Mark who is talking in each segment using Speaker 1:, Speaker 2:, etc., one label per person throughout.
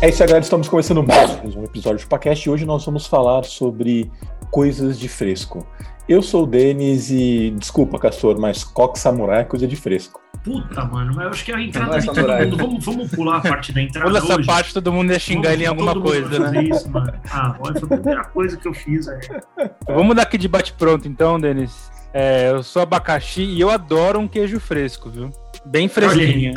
Speaker 1: É isso aí, galera. Estamos começando mais um episódio do podcast e hoje nós vamos falar sobre coisas de fresco. Eu sou o Denis e, desculpa, Castor, mas coque samurai é coisa de fresco.
Speaker 2: Puta, mano, mas eu acho que a
Speaker 3: Não
Speaker 2: entrada
Speaker 3: é
Speaker 2: de todo
Speaker 3: samurai.
Speaker 2: mundo. Vamos, vamos pular a parte da entrada.
Speaker 4: Pula essa
Speaker 2: hoje.
Speaker 4: parte, todo mundo ia xingar ele em
Speaker 2: Vamos
Speaker 4: alguma
Speaker 2: todo mundo
Speaker 4: coisa, né?
Speaker 2: fazer Isso, mano. Ah, olha, foi a primeira coisa que eu fiz. É.
Speaker 4: Vamos dar aqui de bate-pronto, então, Denis. É, eu sou abacaxi e eu adoro um queijo fresco, viu? Bem fresquinho.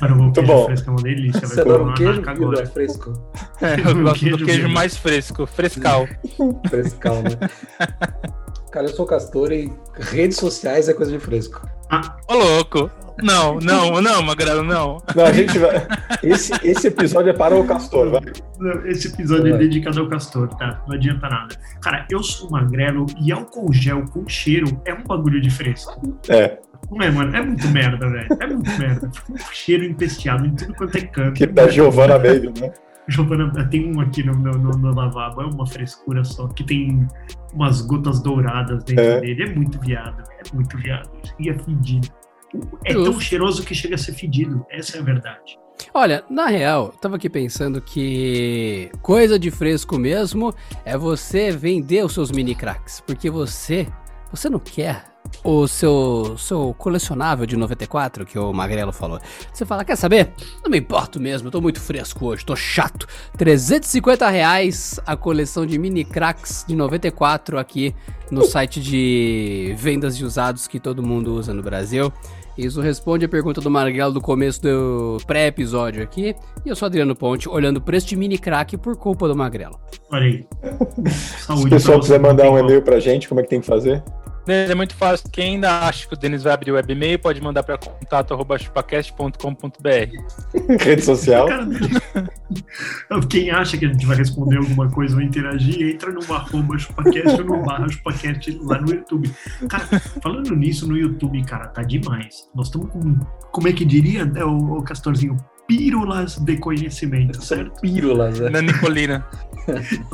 Speaker 2: Mano, o queijo
Speaker 1: bom.
Speaker 2: fresco é uma delícia. Vai
Speaker 3: Você
Speaker 2: né?
Speaker 3: adora
Speaker 2: pôr
Speaker 3: um
Speaker 2: na
Speaker 3: queijo
Speaker 2: naca
Speaker 3: ou é
Speaker 2: agora.
Speaker 3: fresco?
Speaker 4: É, eu gosto
Speaker 2: Um Queijo
Speaker 4: do queijo
Speaker 2: mesmo.
Speaker 4: mais fresco, frescal.
Speaker 3: Frescal, né? Cara, eu sou castor e redes sociais é coisa de fresco.
Speaker 4: Ô, louco! Não, não, não, Magrelo, não.
Speaker 1: Não, a gente vai... esse, esse episódio é para o Castor, vai.
Speaker 2: Não, Esse episódio é dedicado ao Castor, tá? Não adianta nada. Cara, eu sou magrelo e álcool gel com cheiro é um bagulho de fresco.
Speaker 1: É,
Speaker 2: Não é, mano? É muito merda, velho. É muito merda. Fica um cheiro empesteado em tudo quanto é canto.
Speaker 1: que da Giovanna Baby, né?
Speaker 2: Giovana, tem um aqui no, no, no, no lavabo, é uma frescura só, que tem umas gotas douradas dentro
Speaker 1: É.
Speaker 2: dele. É muito viado, é muito viado. E é fedido. É tão
Speaker 5: Justo.
Speaker 2: cheiroso que chega a ser fedido. Essa é a verdade.
Speaker 5: Olha, na real, eu tava aqui pensando que coisa de fresco mesmo é você vender os seus mini cracks, porque você, você não quer o seu, seu colecionável de 94 que o Magrelo falou. Você fala, quer saber? Não me importo mesmo, eu tô muito fresco hoje, tô chato. 350 reais a coleção de mini cracks de 94 aqui no site de vendas de usados que todo mundo usa no Brasil. Isso responde a pergunta do Margalo do começo do pré-episódio aqui. E eu sou Adriano Ponte, olhando o preço de mini crack por culpa do Magrelo.
Speaker 2: Olha aí.
Speaker 1: Se
Speaker 2: Saúde.
Speaker 1: o
Speaker 2: pra
Speaker 1: pessoal
Speaker 2: você,
Speaker 1: quiser mandar
Speaker 2: não então,
Speaker 1: um
Speaker 2: tem
Speaker 1: e-mail pra gente, como é que tem que fazer?
Speaker 4: Denis, É muito fácil. Quem ainda acha que o Denis vai abrir o webmail, pode mandar para contato.chupacast.com.br.
Speaker 1: Rede social.
Speaker 2: Cara, Quem acha que a gente vai responder alguma coisa ou interagir, entra no arroba chupacast ou no barra chupacast lá no YouTube. Cara, falando nisso no YouTube, cara, tá demais. Nós estamos com, como é que diria né, o, o Castorzinho? Pírolas de conhecimento, certo?
Speaker 3: Pírolas, né?
Speaker 4: Na Nicolina.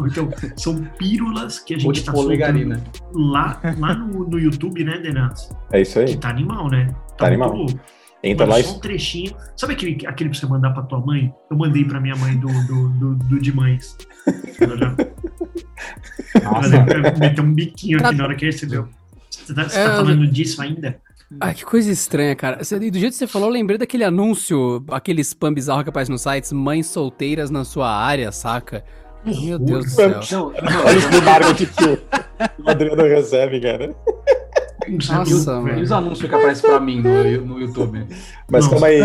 Speaker 2: Então, são pírolas que a
Speaker 3: Ou
Speaker 2: gente
Speaker 3: de
Speaker 2: tá
Speaker 3: polegarina.
Speaker 2: soltando lá, lá no, no YouTube, né, Denas?
Speaker 1: É isso
Speaker 2: Que
Speaker 1: aí.
Speaker 2: tá animal, né?
Speaker 1: Tá animal.
Speaker 2: muito-
Speaker 1: Entra
Speaker 2: Mano,
Speaker 1: lá e...
Speaker 2: só um trechinho. Sabe aquele, aquele pra você mandar pra tua mãe? Eu mandei pra minha mãe do, do, do, do de mães. Ela já-
Speaker 1: Nossa,
Speaker 2: ela meteu um biquinho aqui na hora que recebeu. Você tá, você tá
Speaker 5: É, eu-
Speaker 2: falando disso ainda?
Speaker 5: Ah, que coisa estranha, cara. Você- e do jeito que você falou, eu lembrei daquele anúncio, aquele spam bizarro que aparece nos sites, mães solteiras na sua área, saca? Meu Deus do céu.
Speaker 3: Não,
Speaker 1: olha os embargos que o Adriano recebe, cara.
Speaker 5: Nossa,
Speaker 2: Meu
Speaker 5: mano.
Speaker 3: e
Speaker 2: Deus,
Speaker 3: os anúncios que aparecem pra mim no, no YouTube?
Speaker 1: Mas
Speaker 2: Não.
Speaker 1: calma aí.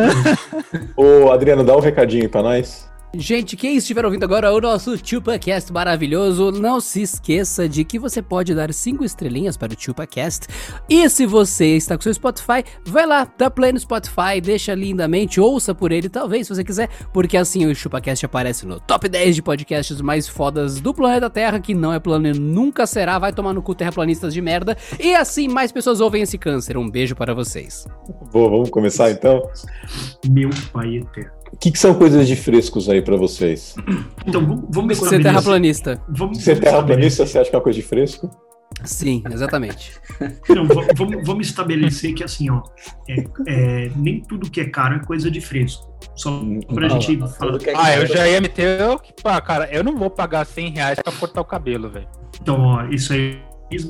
Speaker 1: Ô, Adriano, dá um recadinho aí pra nós.
Speaker 5: Gente, quem estiver ouvindo agora o nosso ChupaCast maravilhoso, não se esqueça de que você pode dar cinco estrelinhas para o ChupaCast. E se você está com seu Spotify, vai lá, dá play no Spotify, deixa lindamente, ouça por ele, talvez, se você quiser, porque assim o ChupaCast aparece no top 10 de podcasts mais fodas do planeta Terra, que não é plano e nunca será, vai tomar no cu terraplanistas de merda. E assim mais pessoas ouvem esse câncer. Um beijo para vocês.
Speaker 1: Boa, vamos começar então?
Speaker 2: Meu pai eterno.
Speaker 1: O que, que são coisas de frescos aí pra vocês?
Speaker 2: Então, vamos, vamos
Speaker 5: Você é terraplanista.
Speaker 2: Vamos,
Speaker 1: Você é
Speaker 2: vamos estabelecer-
Speaker 1: terraplanista, você acha que é uma coisa de fresco?
Speaker 5: Sim, exatamente.
Speaker 2: Não, va- vamos, vamos estabelecer que assim, ó, é- é, nem tudo que é caro é coisa de fresco. Só pra
Speaker 3: Não,
Speaker 2: gente
Speaker 3: não,
Speaker 2: falar.
Speaker 3: tudo que é
Speaker 4: Ah, eu
Speaker 3: caro.
Speaker 4: já ia meter. Eu, que- ah, cara, eu não vou pagar 100 reais pra cortar o cabelo, velho.
Speaker 2: Então, ó, isso aí,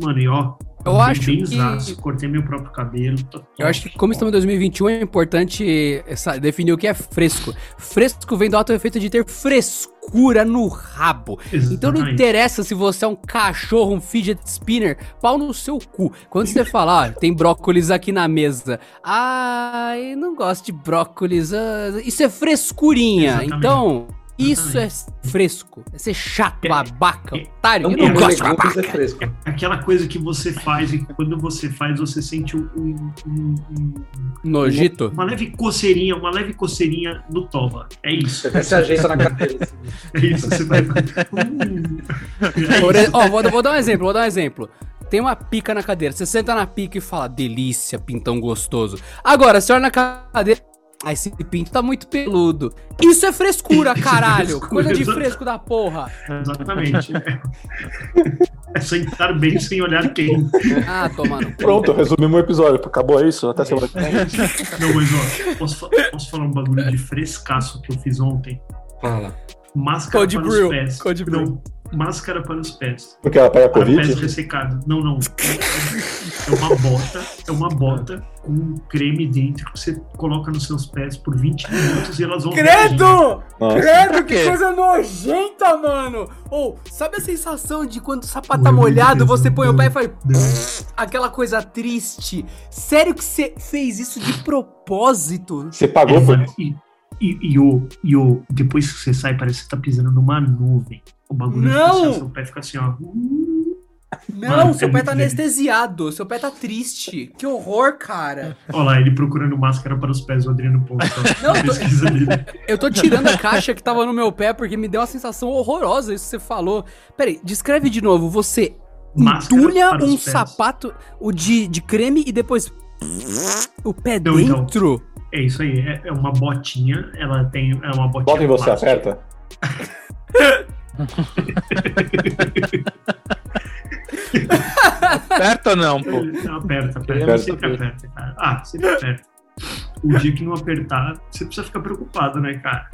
Speaker 2: mano, e ó.
Speaker 5: Eu
Speaker 2: bem
Speaker 5: acho que-
Speaker 2: zaço, cortei meu próprio cabelo. tá
Speaker 5: Eu acho que como estamos em 2021 é importante essa- definir o que é fresco. Fresco vem do alto efeito de ter frescura no rabo.
Speaker 2: Exatamente.
Speaker 5: Então não interessa se você é um cachorro, um fidget spinner, pau no seu cu. Quando você falar, ó, tem brócolis aqui na mesa. Ai, não gosto de brócolis. ah, isso é frescurinha.
Speaker 2: Exatamente.
Speaker 5: Então, Isso é fresco. É ser chato, babaca, otário. Eu
Speaker 2: É
Speaker 5: não
Speaker 2: um
Speaker 5: gosto
Speaker 3: legumes
Speaker 5: de
Speaker 3: é
Speaker 5: babaca.
Speaker 3: fresco.
Speaker 2: Aquela coisa que você faz e quando você faz, você sente um- um- um-
Speaker 5: Nojito.
Speaker 2: uma leve coceirinha, uma leve coceirinha no toba. É isso.
Speaker 3: Você se ajeita na cadeira. assim.
Speaker 2: É isso. Você vai. Hum.
Speaker 5: Por ex- ó, vou, vou dar um exemplo, vou dar um exemplo. Tem uma pica na cadeira. Você senta na pica e fala, delícia, pintão gostoso. Agora, você olha na cadeira. Ah, esse pinto tá muito peludo. Isso é frescura, caralho.
Speaker 2: frescura,
Speaker 5: Coisa de
Speaker 2: exato.
Speaker 5: fresco da porra.
Speaker 2: Exatamente. É sentar bem sem olhar quem.
Speaker 5: Ah, toma no cu.
Speaker 1: Pronto, resumimos o episódio. Acabou isso, até semana que vem.
Speaker 2: Não, mas ó, posso, fa- posso falar um bagulho de frescaço que eu fiz ontem?
Speaker 3: Fala.
Speaker 2: Máscara
Speaker 5: Code
Speaker 2: para
Speaker 5: Brew,
Speaker 2: os pés.
Speaker 5: Code Brew.
Speaker 2: não, máscara para os pés.
Speaker 1: Porque ela pega
Speaker 2: Para pés
Speaker 1: Covid.
Speaker 2: ressecados. Não, não. É uma bota, é uma bota com um creme dentro que você coloca nos seus pés por 20 minutos e elas vão. reagindo.
Speaker 5: Credo!
Speaker 1: Nossa.
Speaker 5: Credo,
Speaker 4: quê?
Speaker 5: que coisa nojenta, mano! Ou, sabe a sensação de quando o sapato tá
Speaker 2: Meu
Speaker 5: molhado,
Speaker 2: Deus,
Speaker 5: você põe o pé e
Speaker 2: meu
Speaker 5: faz. Aquela coisa triste. Sério que você fez isso de propósito?
Speaker 1: Você pagou por isso?
Speaker 2: E, e, e, o, e o, depois que você sai, parece que você tá pisando numa nuvem. O bagulho fica
Speaker 5: Não!
Speaker 2: assim, ó, seu pé fica assim, ó.
Speaker 5: Não,
Speaker 2: Mano,
Speaker 5: seu
Speaker 2: é
Speaker 5: pé
Speaker 2: muito
Speaker 5: tá
Speaker 2: delícia.
Speaker 5: anestesiado, seu pé tá triste. Que horror, cara.
Speaker 2: Olha lá, ele procurando máscara para os pés, o Adriano Ponto.
Speaker 5: Não, tô-
Speaker 2: pesquisa dele.
Speaker 5: Eu tô tirando a caixa que tava no meu pé porque me deu uma sensação horrorosa isso que você falou. Peraí, descreve de novo. Você
Speaker 2: Máscara
Speaker 5: entulha
Speaker 2: para os
Speaker 5: um
Speaker 2: pés.
Speaker 5: sapato o de, de creme e depois. O pé
Speaker 2: Não, então.
Speaker 5: dentro?
Speaker 2: É isso aí, é, é uma botinha, ela tem. É uma botinha.
Speaker 1: Bota em você,
Speaker 2: plástica.
Speaker 1: aperta.
Speaker 4: Certo ou não, pô?
Speaker 2: Não, Aperta, aperta.
Speaker 4: Queremos
Speaker 2: Sempre
Speaker 4: saber.
Speaker 2: aperta, cara. Ah, sempre aperta. O dia que não apertar, você precisa ficar preocupado, né, cara?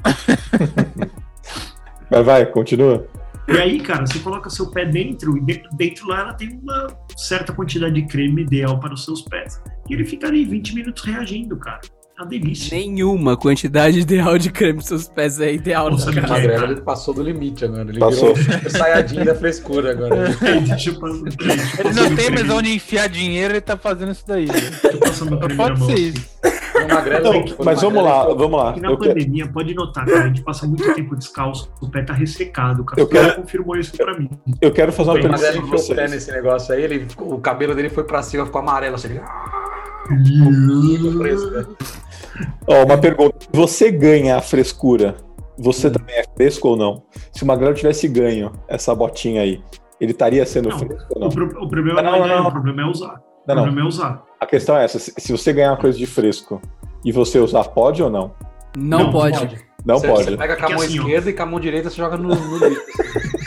Speaker 1: Vai, vai, continua.
Speaker 2: E aí, cara, você coloca seu pé dentro, e dentro, dentro lá ela tem uma certa quantidade de creme ideal para os seus pés. E ele fica ali 20 minutos reagindo, cara. É uma delícia.
Speaker 5: Nenhuma quantidade ideal de creme nos seus pés é ideal,
Speaker 2: Nossa,
Speaker 5: não,
Speaker 3: O
Speaker 5: cara.
Speaker 3: Magrelo ele passou do limite agora. Ele
Speaker 1: Passou.
Speaker 3: virou o saiadinho da frescura agora.
Speaker 2: Deixa eu passar- deixa eu passar
Speaker 4: Ele não
Speaker 2: meu
Speaker 4: tem mais
Speaker 2: primeiro-
Speaker 4: onde enfiar dinheiro, ele tá fazendo isso daí. velho.
Speaker 2: deixa eu passar meu primeiro
Speaker 4: Pode
Speaker 2: mão
Speaker 4: ser
Speaker 2: aqui.
Speaker 4: isso.
Speaker 3: O Magrelo,
Speaker 1: Não,
Speaker 3: quando o
Speaker 1: Então, mas vamos
Speaker 3: Magrelo
Speaker 1: lá,
Speaker 3: falou,
Speaker 1: vamos lá.
Speaker 2: E na
Speaker 1: Eu quero,
Speaker 2: pandemia, pode notar, cara, a gente passa muito tempo descalço, o pé tá ressecado, cara.
Speaker 1: Eu
Speaker 2: O cara
Speaker 1: quero-
Speaker 2: confirmou isso pra mim.
Speaker 1: eu quero fazer uma
Speaker 2: Bem,
Speaker 3: O
Speaker 1: pergunta
Speaker 3: Magrelo
Speaker 1: pra
Speaker 3: enfiou o pé
Speaker 1: vocês.
Speaker 3: nesse negócio aí, ele, ficou- o cabelo dele foi pra cima, ficou amarelo. Assim, ele- né? fresca.
Speaker 1: Ó, uma pergunta. Se Você ganha a frescura, você também é fresco ou não? Se o Magrelo tivesse ganho essa botinha aí, ele estaria sendo
Speaker 2: Não.
Speaker 1: fresco ou
Speaker 2: O,
Speaker 1: não?
Speaker 2: pro- o problema não,
Speaker 1: Não, não,
Speaker 2: é ganhar,
Speaker 1: não.
Speaker 2: o problema é usar.
Speaker 1: Não,
Speaker 2: o
Speaker 1: não.
Speaker 2: problema é usar.
Speaker 1: A questão é essa: se se você ganhar uma coisa de fresco e você usar, pode ou não?
Speaker 5: não,
Speaker 2: Não
Speaker 5: pode.
Speaker 1: Não
Speaker 3: Você- Você
Speaker 1: pode.
Speaker 3: pega com a
Speaker 2: Porque
Speaker 3: mão
Speaker 2: assim, ó.
Speaker 3: esquerda e com a mão direita você joga no, no lixo.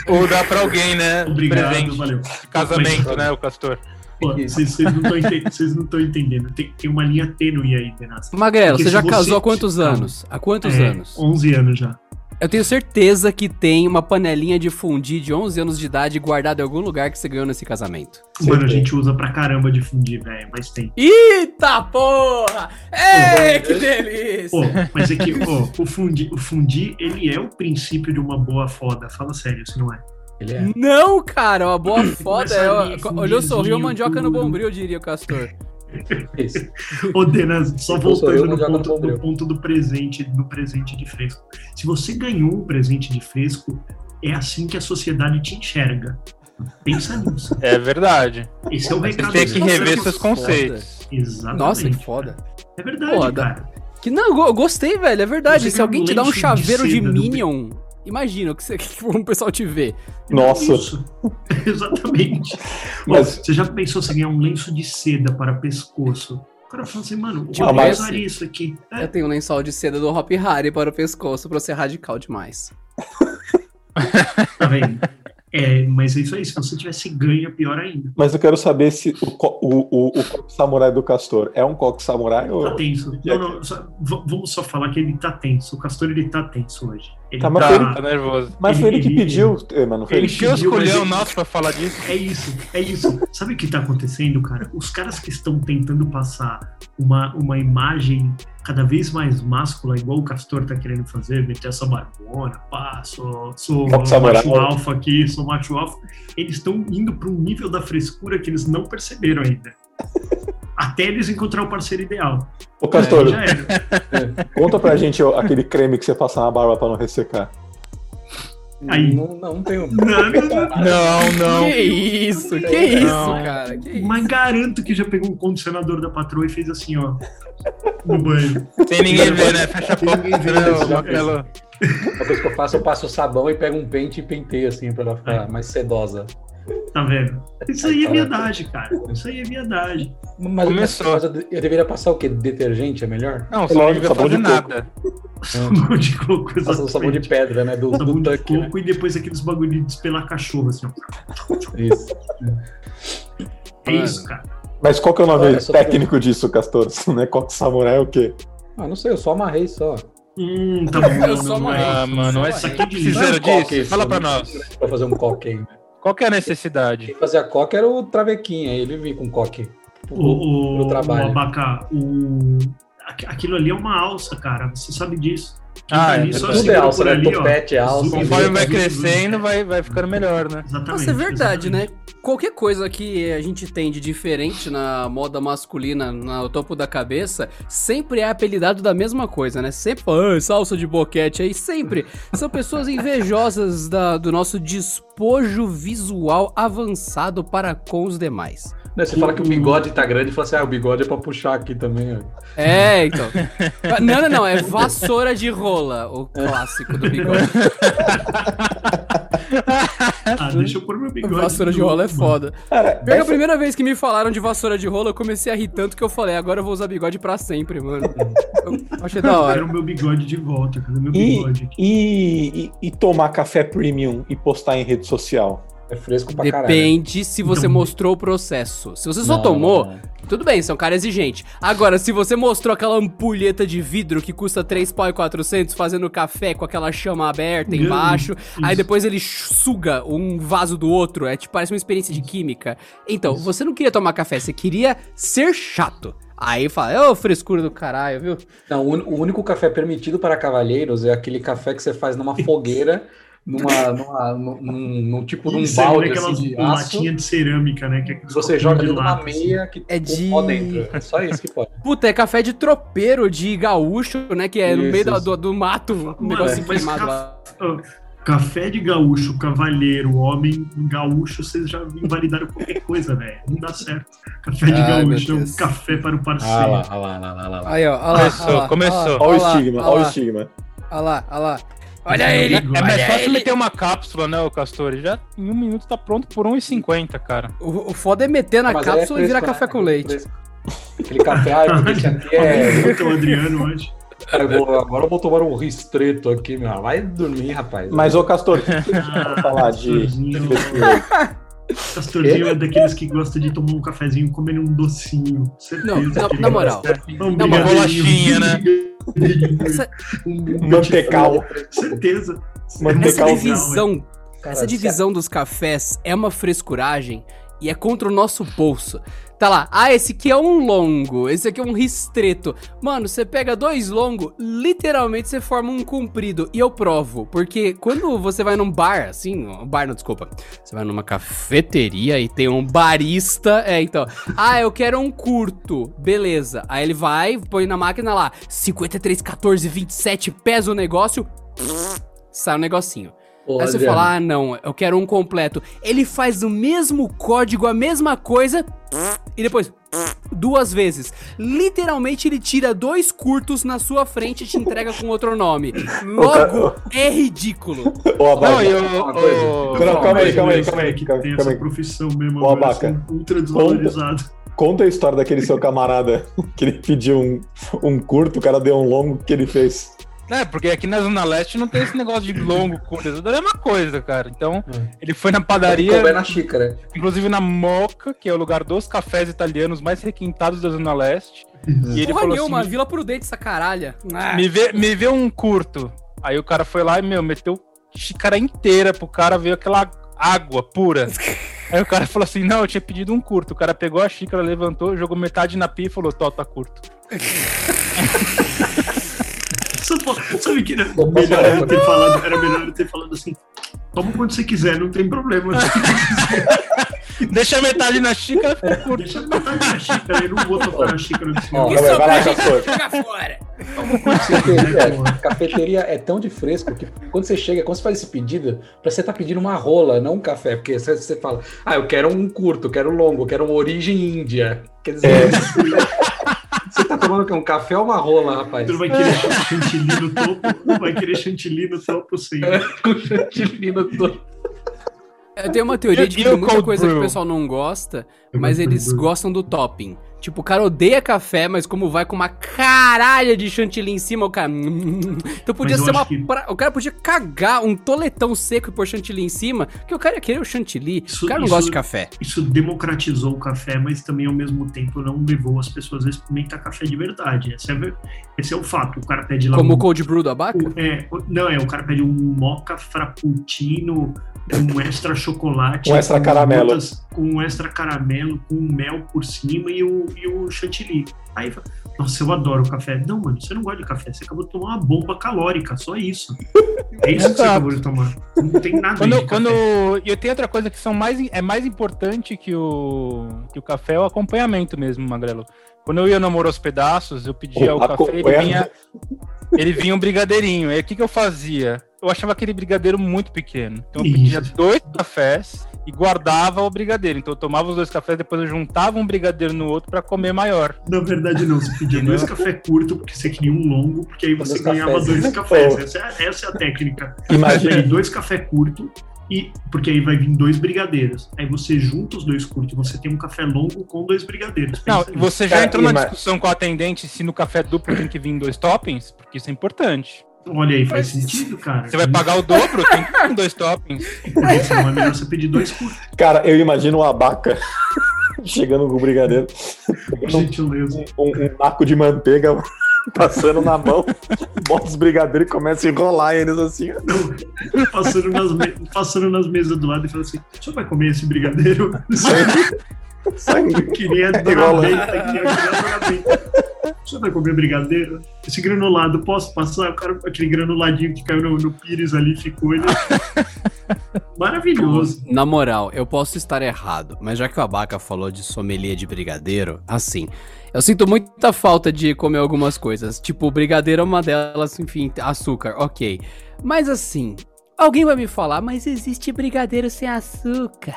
Speaker 4: Ou dá pra alguém, né?
Speaker 2: Obrigado,
Speaker 4: Presente.
Speaker 2: valeu.
Speaker 4: Casamento, né, o Castor?
Speaker 2: Pô, Vocês vocês não estão entendendo. Tem, tem uma linha tênue aí, Tenaz.
Speaker 5: Magrelo,
Speaker 2: Porque
Speaker 5: você
Speaker 2: se
Speaker 5: já
Speaker 2: você-
Speaker 5: casou há quantos
Speaker 2: Calma.
Speaker 5: anos? Há quantos
Speaker 2: É,
Speaker 5: anos?
Speaker 2: 11 anos já.
Speaker 5: Eu tenho certeza que tem uma panelinha de fundi de 11 anos de idade guardada em algum lugar que você ganhou nesse casamento.
Speaker 2: Mano, a gente usa pra caramba de fundir, velho, mas tem.
Speaker 5: Eita porra! Ei,
Speaker 2: Uhum.
Speaker 5: que delícia!
Speaker 2: Pô, mas é que, ó, o fundir, o fundir, ele é o princípio de uma boa foda. Fala sério, se não é.
Speaker 3: Ele é.
Speaker 5: Não, cara, uma boa foda.
Speaker 2: Começa
Speaker 5: é-
Speaker 2: ali, um
Speaker 5: Olhou,
Speaker 2: fundizinho,
Speaker 5: sorriu, mandioca no
Speaker 2: tudo.
Speaker 5: bombril, diria o Castor.
Speaker 3: Isso.
Speaker 2: Ô, Denas, só
Speaker 3: Eu sou Então, eu,
Speaker 2: voltando no
Speaker 3: mas já
Speaker 2: ponto,
Speaker 3: não vou
Speaker 2: no
Speaker 3: ver.
Speaker 2: ponto do presente, do presente de fresco. Se você ganhou um presente de fresco, é assim que a sociedade te enxerga. Pensa nisso.
Speaker 4: É verdade.
Speaker 2: Esse é o recado.
Speaker 4: Tem que
Speaker 2: da
Speaker 4: rever
Speaker 2: sociedade.
Speaker 4: seus conceitos.
Speaker 2: Exatamente.
Speaker 5: Nossa, que foda.
Speaker 2: É verdade,
Speaker 5: Pô, dá-
Speaker 2: cara.
Speaker 5: Que não, eu gostei, velho, é verdade.
Speaker 2: Você
Speaker 5: Se
Speaker 2: tem
Speaker 5: alguém
Speaker 2: um
Speaker 5: te dá um
Speaker 2: lenço de
Speaker 5: chaveiro de,
Speaker 2: seda no
Speaker 5: Minion, imagina o que, você, que o pessoal te vê.
Speaker 1: Nossa.
Speaker 2: É Isso. Exatamente. Ó,
Speaker 1: Mas-
Speaker 2: Você já pensou se ganhar um lenço de seda para pescoço? O cara fala assim, mano,
Speaker 5: Tipo
Speaker 2: eu vou
Speaker 5: esse?
Speaker 2: usar isso aqui. É,
Speaker 5: Eu tenho um lençol de seda do Hop Harry para o pescoço pra ser radical demais.
Speaker 2: tá vendo? É, mas é isso aí. Se você tivesse ganho, é pior ainda.
Speaker 1: Mas eu quero saber se o, co- o, o, o coque samurai do Castor é um coque samurai
Speaker 2: Tá
Speaker 1: ou.
Speaker 2: tenso. Não, não, só- v- vamos só falar que ele tá tenso. O Castor, ele tá tenso hoje. Ele
Speaker 1: Tá, mas
Speaker 4: Tá,
Speaker 1: foi
Speaker 4: tá nervoso.
Speaker 1: Mas foi ele que
Speaker 2: Ele-
Speaker 1: pediu, eh, mano. Foi
Speaker 2: ele
Speaker 1: ele.
Speaker 4: Encheu os
Speaker 2: pediu, mas
Speaker 4: culhão
Speaker 2: ele-
Speaker 4: nosso pra falar disso.
Speaker 2: É isso, é isso. Sabe o que tá acontecendo, cara? Os caras que estão tentando passar uma, uma imagem cada vez mais máscula, igual o Castor tá querendo fazer, meter essa barbona, pá, sou, sou
Speaker 1: Tá com samurai.
Speaker 2: macho alfa aqui, sou macho alfa. Eles estão indo para um nível da frescura que eles não perceberam ainda. Até eles encontrar o parceiro ideal.
Speaker 1: Ô, Castor,
Speaker 2: Já era.
Speaker 1: conta pra gente ó, aquele creme que você passa na barba pra não ressecar.
Speaker 2: Aí.
Speaker 3: Não, não tenho.
Speaker 4: Não, não.
Speaker 5: Que isso, que isso, cara. Que isso.
Speaker 2: Mas garanto que já pegou o condicionador da patroa e fez assim, ó. No banho.
Speaker 4: Sem ninguém ver, né? Fecha a porta, né, o Marcelo?
Speaker 3: A coisa que eu faço, eu passo sabão e pego um pente e penteio assim pra ela
Speaker 4: É.
Speaker 3: ficar mais sedosa.
Speaker 2: Tá vendo? Isso aí é verdade, cara. Isso aí é verdade.
Speaker 3: Mas,
Speaker 4: Começou.
Speaker 3: mas eu, eu deveria passar o quê? Detergente é melhor?
Speaker 4: Não, você não
Speaker 1: Lógico,
Speaker 4: devia
Speaker 5: tá
Speaker 1: sabor
Speaker 4: fazer
Speaker 1: de coco.
Speaker 4: nada.
Speaker 2: Sabão Um de coco,
Speaker 3: Passa o um sabão de
Speaker 2: exatamente.
Speaker 3: pedra, né? Do,
Speaker 2: Sabão
Speaker 3: do
Speaker 2: de
Speaker 3: tuck, né?
Speaker 2: coco e depois aqueles bagulhinhos pela cachorro, assim, ó.
Speaker 3: Isso.
Speaker 2: É isso, cara.
Speaker 1: Mas qual que é o nome
Speaker 3: Olha, só
Speaker 1: técnico disso, Castor? Né? Coque samurai é o quê?
Speaker 3: Ah, não sei, eu só amarrei só.
Speaker 2: Hum, tá bom.
Speaker 5: Eu só
Speaker 2: não é.
Speaker 5: amarrei.
Speaker 4: Ah, mano, mas
Speaker 5: Isso
Speaker 4: você
Speaker 2: aí.
Speaker 4: tá precisando
Speaker 3: Não é um coque
Speaker 4: disso?
Speaker 3: isso,
Speaker 4: Fala pra
Speaker 3: né?
Speaker 4: nós.
Speaker 3: Pra fazer um coque aí.
Speaker 4: Qual que é a necessidade?
Speaker 3: Quem fazia coque era o Travequinha, ele vinha com coque.
Speaker 4: tipo,
Speaker 2: O, o,
Speaker 3: Pro trabalho.
Speaker 2: o abacá, o... aqu- aquilo ali é uma alça, cara. Você sabe disso. Quem
Speaker 4: Ah,
Speaker 2: tá
Speaker 4: é
Speaker 2: só
Speaker 4: verdade.
Speaker 3: Tudo é
Speaker 2: segura
Speaker 3: alça,
Speaker 2: por
Speaker 3: né?
Speaker 2: ali, ó.
Speaker 3: Topete é alça.
Speaker 2: Zoom,
Speaker 4: Conforme vai
Speaker 2: zoom,
Speaker 4: crescendo,
Speaker 2: zoom.
Speaker 4: vai, vai ficando melhor, né?
Speaker 2: Exatamente.
Speaker 5: Nossa, é verdade,
Speaker 2: exatamente.
Speaker 5: né? Qualquer coisa que a gente tem de diferente na moda masculina, no topo da cabeça, sempre é apelidado da mesma coisa, né? Sempre fala, "Ah, salsa de boquete aí, sempre. São pessoas invejosas da- do nosso despojo visual avançado para com os demais.
Speaker 3: Né, Você
Speaker 2: Hum.
Speaker 3: fala que o bigode tá grande e fala assim: ah, o bigode é pra puxar aqui também. ó.
Speaker 5: É, então. Não, não, não, é vassoura de rola, o clássico do bigode.
Speaker 2: Ah, deixa eu pôr meu bigode.
Speaker 5: né? Vassoura de
Speaker 2: novo,
Speaker 5: rola é
Speaker 2: mano.
Speaker 5: foda.
Speaker 1: Cara,
Speaker 5: Pior que a
Speaker 1: essa-
Speaker 5: primeira vez que me falaram de vassoura de rolo, eu comecei a rir tanto que eu falei, agora eu vou usar bigode pra sempre, mano. Eu achei da
Speaker 2: Eu
Speaker 5: hora.
Speaker 2: quero o meu bigode de volta, cadê meu
Speaker 1: E-
Speaker 2: bigode aqui?
Speaker 1: e, e- e tomar café premium e postar em rede social?
Speaker 3: É fresco pra caralho.
Speaker 5: Depende se você
Speaker 2: Não.
Speaker 5: mostrou o processo. Se você só
Speaker 3: Não,
Speaker 5: tomou,
Speaker 3: não, não.
Speaker 5: tudo bem, você é um cara exigente. Agora, se você mostrou aquela ampulheta de vidro que custa 3 pau e 400, fazendo café com aquela chama aberta
Speaker 2: Não,
Speaker 5: embaixo, aí
Speaker 2: isso.
Speaker 5: depois ele suga um vaso do outro, é tipo, parece uma experiência de química. Então, você não queria tomar café, você queria ser chato. Aí fala, ô frescura do caralho, viu?
Speaker 3: Não, o, un- o único café permitido para cavalheiros é aquele café que você faz numa fogueira, numa, numa, num, num- num tipo de um
Speaker 2: Isso, é
Speaker 3: balde
Speaker 2: aquelas
Speaker 3: assim, de aço.
Speaker 2: latinha de cerâmica, né? Que é aqueles
Speaker 3: Você
Speaker 2: copinhos
Speaker 3: joga
Speaker 2: de
Speaker 3: dentro de uma
Speaker 2: lata, assim.
Speaker 3: meia que
Speaker 5: É
Speaker 3: tem
Speaker 5: de-
Speaker 3: pó dentro. É só isso que pode.
Speaker 5: Puta, é café de tropeiro, de gaúcho, né? Que é no
Speaker 3: Isso,
Speaker 5: meio da-
Speaker 3: isso.
Speaker 5: do, do mato, um negocinho
Speaker 2: mas
Speaker 5: queimado
Speaker 2: café-
Speaker 5: lá.
Speaker 2: Ah, Café de gaúcho, cavalheiro, homem um gaúcho, vocês já invalidaram qualquer coisa, velho. Não dá certo. Café de
Speaker 5: Ai,
Speaker 2: gaúcho é
Speaker 5: meu
Speaker 2: um
Speaker 5: Deus.
Speaker 2: café para o parceiro.
Speaker 3: ah lá, lá, lá, lá.
Speaker 5: Aí, ó, olha lá.
Speaker 4: Começou,
Speaker 5: olha lá,
Speaker 4: começou.
Speaker 1: Olha o
Speaker 5: lá,
Speaker 1: estigma,
Speaker 5: olha
Speaker 1: olha o
Speaker 5: lá,
Speaker 1: estigma.
Speaker 5: Olha lá, olha lá. Olha ele!
Speaker 2: É,
Speaker 4: É
Speaker 2: mas
Speaker 4: mais
Speaker 5: olha
Speaker 4: fácil
Speaker 5: ele.
Speaker 4: meter uma cápsula, né, o Castor? Já em um minuto tá pronto por 1,50, cara.
Speaker 5: O, o foda é meter na
Speaker 3: Mas aí é
Speaker 5: cápsula e virar
Speaker 3: fresco,
Speaker 5: café
Speaker 3: né?
Speaker 5: com leite.
Speaker 3: Aquele café, ah, porque esse aqui é.
Speaker 2: Eu tô o Adriano hoje.
Speaker 3: Cara, eu vou- agora eu vou tomar um ristreto aqui, meu. Vai dormir, rapaz.
Speaker 1: Mas, ô Castor, o que você tinha pra falar de
Speaker 2: Castorzinho.
Speaker 1: frescura?
Speaker 2: Castorzinho é daqueles que gosta de tomar um cafezinho e comer um docinho. Certeza
Speaker 5: Não, na,
Speaker 2: que ele
Speaker 5: na
Speaker 2: gosta.
Speaker 5: moral.
Speaker 2: Um
Speaker 4: Não, uma
Speaker 2: brigadeirinho,
Speaker 4: bolachinha, né?
Speaker 2: brigadeirinho,
Speaker 5: Essa-
Speaker 2: um
Speaker 1: Mantecal.
Speaker 2: Certeza.
Speaker 1: Mantecal.
Speaker 5: Essa
Speaker 1: Legal,
Speaker 5: divisão,
Speaker 3: Cara,
Speaker 5: essa é divisão dos cafés é uma frescuragem e é contra o nosso bolso. Tá lá, ah, esse aqui é um longo, esse aqui é um ristreto. Mano, você pega dois longos, literalmente você forma um comprido. E eu provo, porque quando você vai num bar, assim, um bar não, desculpa. Você vai numa cafeteria e tem um barista, é, então. Ah, eu quero um curto, beleza. Aí ele vai, põe na máquina lá, 53, 14, 27, pesa o negócio, sai o negocinho.
Speaker 3: Ô,
Speaker 5: Aí você
Speaker 3: Adriano,
Speaker 5: fala, ah, não, eu quero um completo. Ele faz o mesmo código, a mesma coisa, e depois duas vezes. Literalmente, ele tira dois curtos na sua frente e te entrega com outro nome. Logo, é ridículo.
Speaker 1: Ô, Abaca,
Speaker 4: Não, e
Speaker 3: uma coisa.
Speaker 4: o.
Speaker 1: Não,
Speaker 4: o-
Speaker 1: calma aí,
Speaker 2: Mas
Speaker 1: calma aí,
Speaker 2: esse
Speaker 1: calma aí,
Speaker 2: que
Speaker 1: calma
Speaker 2: tem
Speaker 1: aí.
Speaker 2: essa profissão mesmo,
Speaker 1: Ô,
Speaker 2: velho,
Speaker 1: Abaca,
Speaker 2: assim, ultra desvalorizado.
Speaker 1: Conta a história daquele seu camarada que ele pediu um, um curto, o cara deu um longo, o que ele fez?
Speaker 4: É, porque aqui na Zona Leste não tem esse negócio de longo, curto, é tudo a mesma coisa, cara. Então,
Speaker 3: É.
Speaker 4: ele foi na
Speaker 3: tem que
Speaker 4: padaria,
Speaker 3: couber é na xícara.
Speaker 4: inclusive na Moca, que é o lugar dos cafés italianos mais requintados da Zona Leste. E ele
Speaker 5: Porra
Speaker 4: falou
Speaker 5: nenhuma,
Speaker 4: assim,
Speaker 5: Vila Prudente, essa caralha. Ah,
Speaker 4: me vê, me vê um curto. Aí o cara foi lá e, meu, meteu xícara inteira pro cara, veio aquela água pura. Aí o cara falou assim, não, eu tinha pedido um curto. O cara pegou a xícara, levantou, jogou metade na pia e falou, tó, tá curto.
Speaker 2: Só fa- Sabe que era
Speaker 3: posso
Speaker 2: melhor
Speaker 3: falar
Speaker 2: eu ter falado, era melhor eu ter falado assim, toma quando você quiser, não tem problema.
Speaker 4: Deixa a metade na xícara, ficou curto.
Speaker 2: Deixa eu botar na xícara, eu não vou tocar na xícara do
Speaker 3: Ó,
Speaker 2: senhor.
Speaker 5: Isso
Speaker 1: Vai lá,
Speaker 5: pra gente
Speaker 1: Castor.
Speaker 5: jogar fora.
Speaker 3: Cafeteria, é, cafeteria é tão de fresco que quando você chega, quando você faz esse pedido, parece que você tá pedindo uma rola, não um café. Porque você, você fala, ah, eu quero um curto, eu quero um longo, eu quero um origem índia. Quer dizer, você tá tomando o quê? Um café ou uma rola, rapaz?
Speaker 2: Tu não vai querer chantilly no topo? Não vai querer chantilly no topo, sim.
Speaker 3: Com chantilly no topo.
Speaker 5: É, Eu tenho uma teoria de
Speaker 4: E
Speaker 5: que tem
Speaker 4: o
Speaker 5: muita
Speaker 4: cold
Speaker 5: coisa que o
Speaker 4: brew?
Speaker 5: pessoal não gosta, mas eles gostam do topping. Tipo, o cara odeia café, mas como vai com uma caralha de chantilly em cima, o cara. "Hum". Então podia
Speaker 2: Mas eu
Speaker 5: ser uma.
Speaker 2: acho que-
Speaker 5: pra- O cara podia cagar um toletão seco e pôr chantilly em cima, porque o cara ia querer o chantilly.
Speaker 2: Isso-
Speaker 5: o cara não
Speaker 2: isso-
Speaker 5: gosta de café.
Speaker 2: Isso democratizou o café, mas também, ao mesmo tempo, não levou as pessoas a experimentar café de verdade. Esse é, ver- esse é o fato. O cara pede lá
Speaker 5: Como
Speaker 2: um-
Speaker 5: o cold brew do abaca?
Speaker 2: O- é, o- não, é, o cara pede um moca frappuccino, um extra chocolate.
Speaker 1: Um extra
Speaker 2: com
Speaker 1: caramelo.
Speaker 2: gotas- com um extra caramelo, com um mel por cima e o, e o chantilly. Aí fala, nossa, eu adoro café. Não, mano, você não gosta de café, você acabou de tomar uma bomba calórica, só isso. É isso que você
Speaker 4: Exato.
Speaker 2: acabou de tomar. Não tem nada de
Speaker 4: Quando,
Speaker 2: café.
Speaker 4: quando, e tem outra coisa que são mais, é mais importante que o, que o café é o acompanhamento mesmo, Magrelo. Quando eu ia no Amor aos Pedaços, eu pedia
Speaker 1: O
Speaker 4: o café ele
Speaker 1: acompanhamento.
Speaker 4: vinha, ele vinha um brigadeirinho. Aí o que, que eu fazia? Eu achava aquele brigadeiro muito pequeno. Então eu pedia
Speaker 2: Isso.
Speaker 4: dois cafés e guardava o brigadeiro. Então eu tomava os dois cafés, depois eu juntava um brigadeiro no outro pra comer maior.
Speaker 2: Na verdade, não. Você pedia dois cafés curtos, porque você queria um longo, porque aí você
Speaker 3: Dois
Speaker 2: ganhava
Speaker 3: cafés.
Speaker 2: dois cafés. Essa é, a- essa é a técnica. Você
Speaker 1: Imagina.
Speaker 2: pega dois cafés curtos, e, porque aí vai vir dois brigadeiros. Aí você junta os dois curtos, você tem um café longo com dois brigadeiros.
Speaker 4: Não,
Speaker 2: Pensa
Speaker 4: e
Speaker 2: nisso.
Speaker 4: você já
Speaker 1: Cara,
Speaker 4: entrou na
Speaker 1: ima-
Speaker 4: discussão com a atendente se no café duplo tem que vir dois toppings? Porque isso é importante.
Speaker 2: Olha aí, faz sentido, cara.
Speaker 4: Você vai pagar o dobro, tem que vir dois toppings.
Speaker 2: Por isso, não é melhor você pedir dois curtos,
Speaker 1: Cara, eu imagino uma abaca chegando com o brigadeiro,
Speaker 2: por
Speaker 1: Não.
Speaker 2: gentileza.
Speaker 1: um, um naco de manteiga passando na mão, bota os brigadeiros e começa a enrolar eles assim. ó.
Speaker 2: Passando nas, me- passando nas mesas do lado e falando assim: o senhor vai comer esse brigadeiro?
Speaker 1: Sangue.
Speaker 2: Eu queria
Speaker 1: Igual lá.
Speaker 2: doramenta aqui, eu queria doramenta. Você vai comer brigadeiro? Esse granulado, posso passar? O cara, aquele granuladinho que caiu no, no pires ali, ficou ele... Maravilhoso.
Speaker 5: Na moral, eu posso estar errado, mas já que o Abaca falou de sommelier de brigadeiro, assim, eu sinto muita falta de comer algumas coisas. Tipo, brigadeiro é uma delas, enfim, açúcar, ok. Mas assim, alguém vai me falar, mas existe brigadeiro sem açúcar.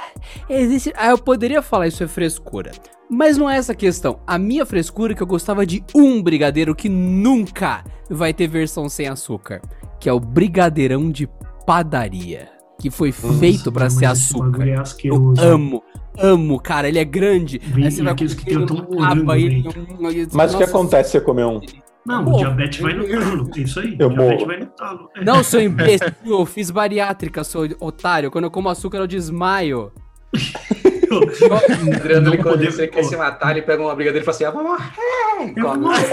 Speaker 5: Existe. Ah, eu poderia falar isso é frescura. Mas não é essa a questão. A minha frescura é que eu gostava de um brigadeiro que nunca vai ter versão sem açúcar, que é o brigadeirão de padaria, que foi feito pra
Speaker 2: Mas
Speaker 5: ser
Speaker 2: esse bagulho
Speaker 5: açúcar.
Speaker 2: é
Speaker 5: Eu
Speaker 2: asqueroso.
Speaker 5: amo, amo, cara, ele é grande.
Speaker 2: Vem-
Speaker 5: Aí você
Speaker 2: e
Speaker 5: vai
Speaker 2: aqueles
Speaker 5: comer,
Speaker 2: que tem
Speaker 5: ele
Speaker 2: até um
Speaker 5: não
Speaker 2: morango
Speaker 5: acaba, ele
Speaker 2: dentro.
Speaker 5: não- ele-
Speaker 1: Mas o que
Speaker 5: Nossa,
Speaker 1: acontece se você comer um?
Speaker 2: Não,
Speaker 5: Pô,
Speaker 2: o diabetes vai no talo. É isso aí.
Speaker 1: Eu
Speaker 2: o diabetes
Speaker 1: morro.
Speaker 2: vai no talo. É.
Speaker 5: Não, seu imbecil, eu fiz bariátrica, seu otário. Quando eu como açúcar, eu desmaio.
Speaker 3: Adriano, ele
Speaker 2: Não
Speaker 3: quando
Speaker 2: podemos-
Speaker 3: ele quer se matar, ele pega uma brigadeira e fala assim, ah, vamos morrer! E
Speaker 2: Eu
Speaker 3: come.
Speaker 2: morro.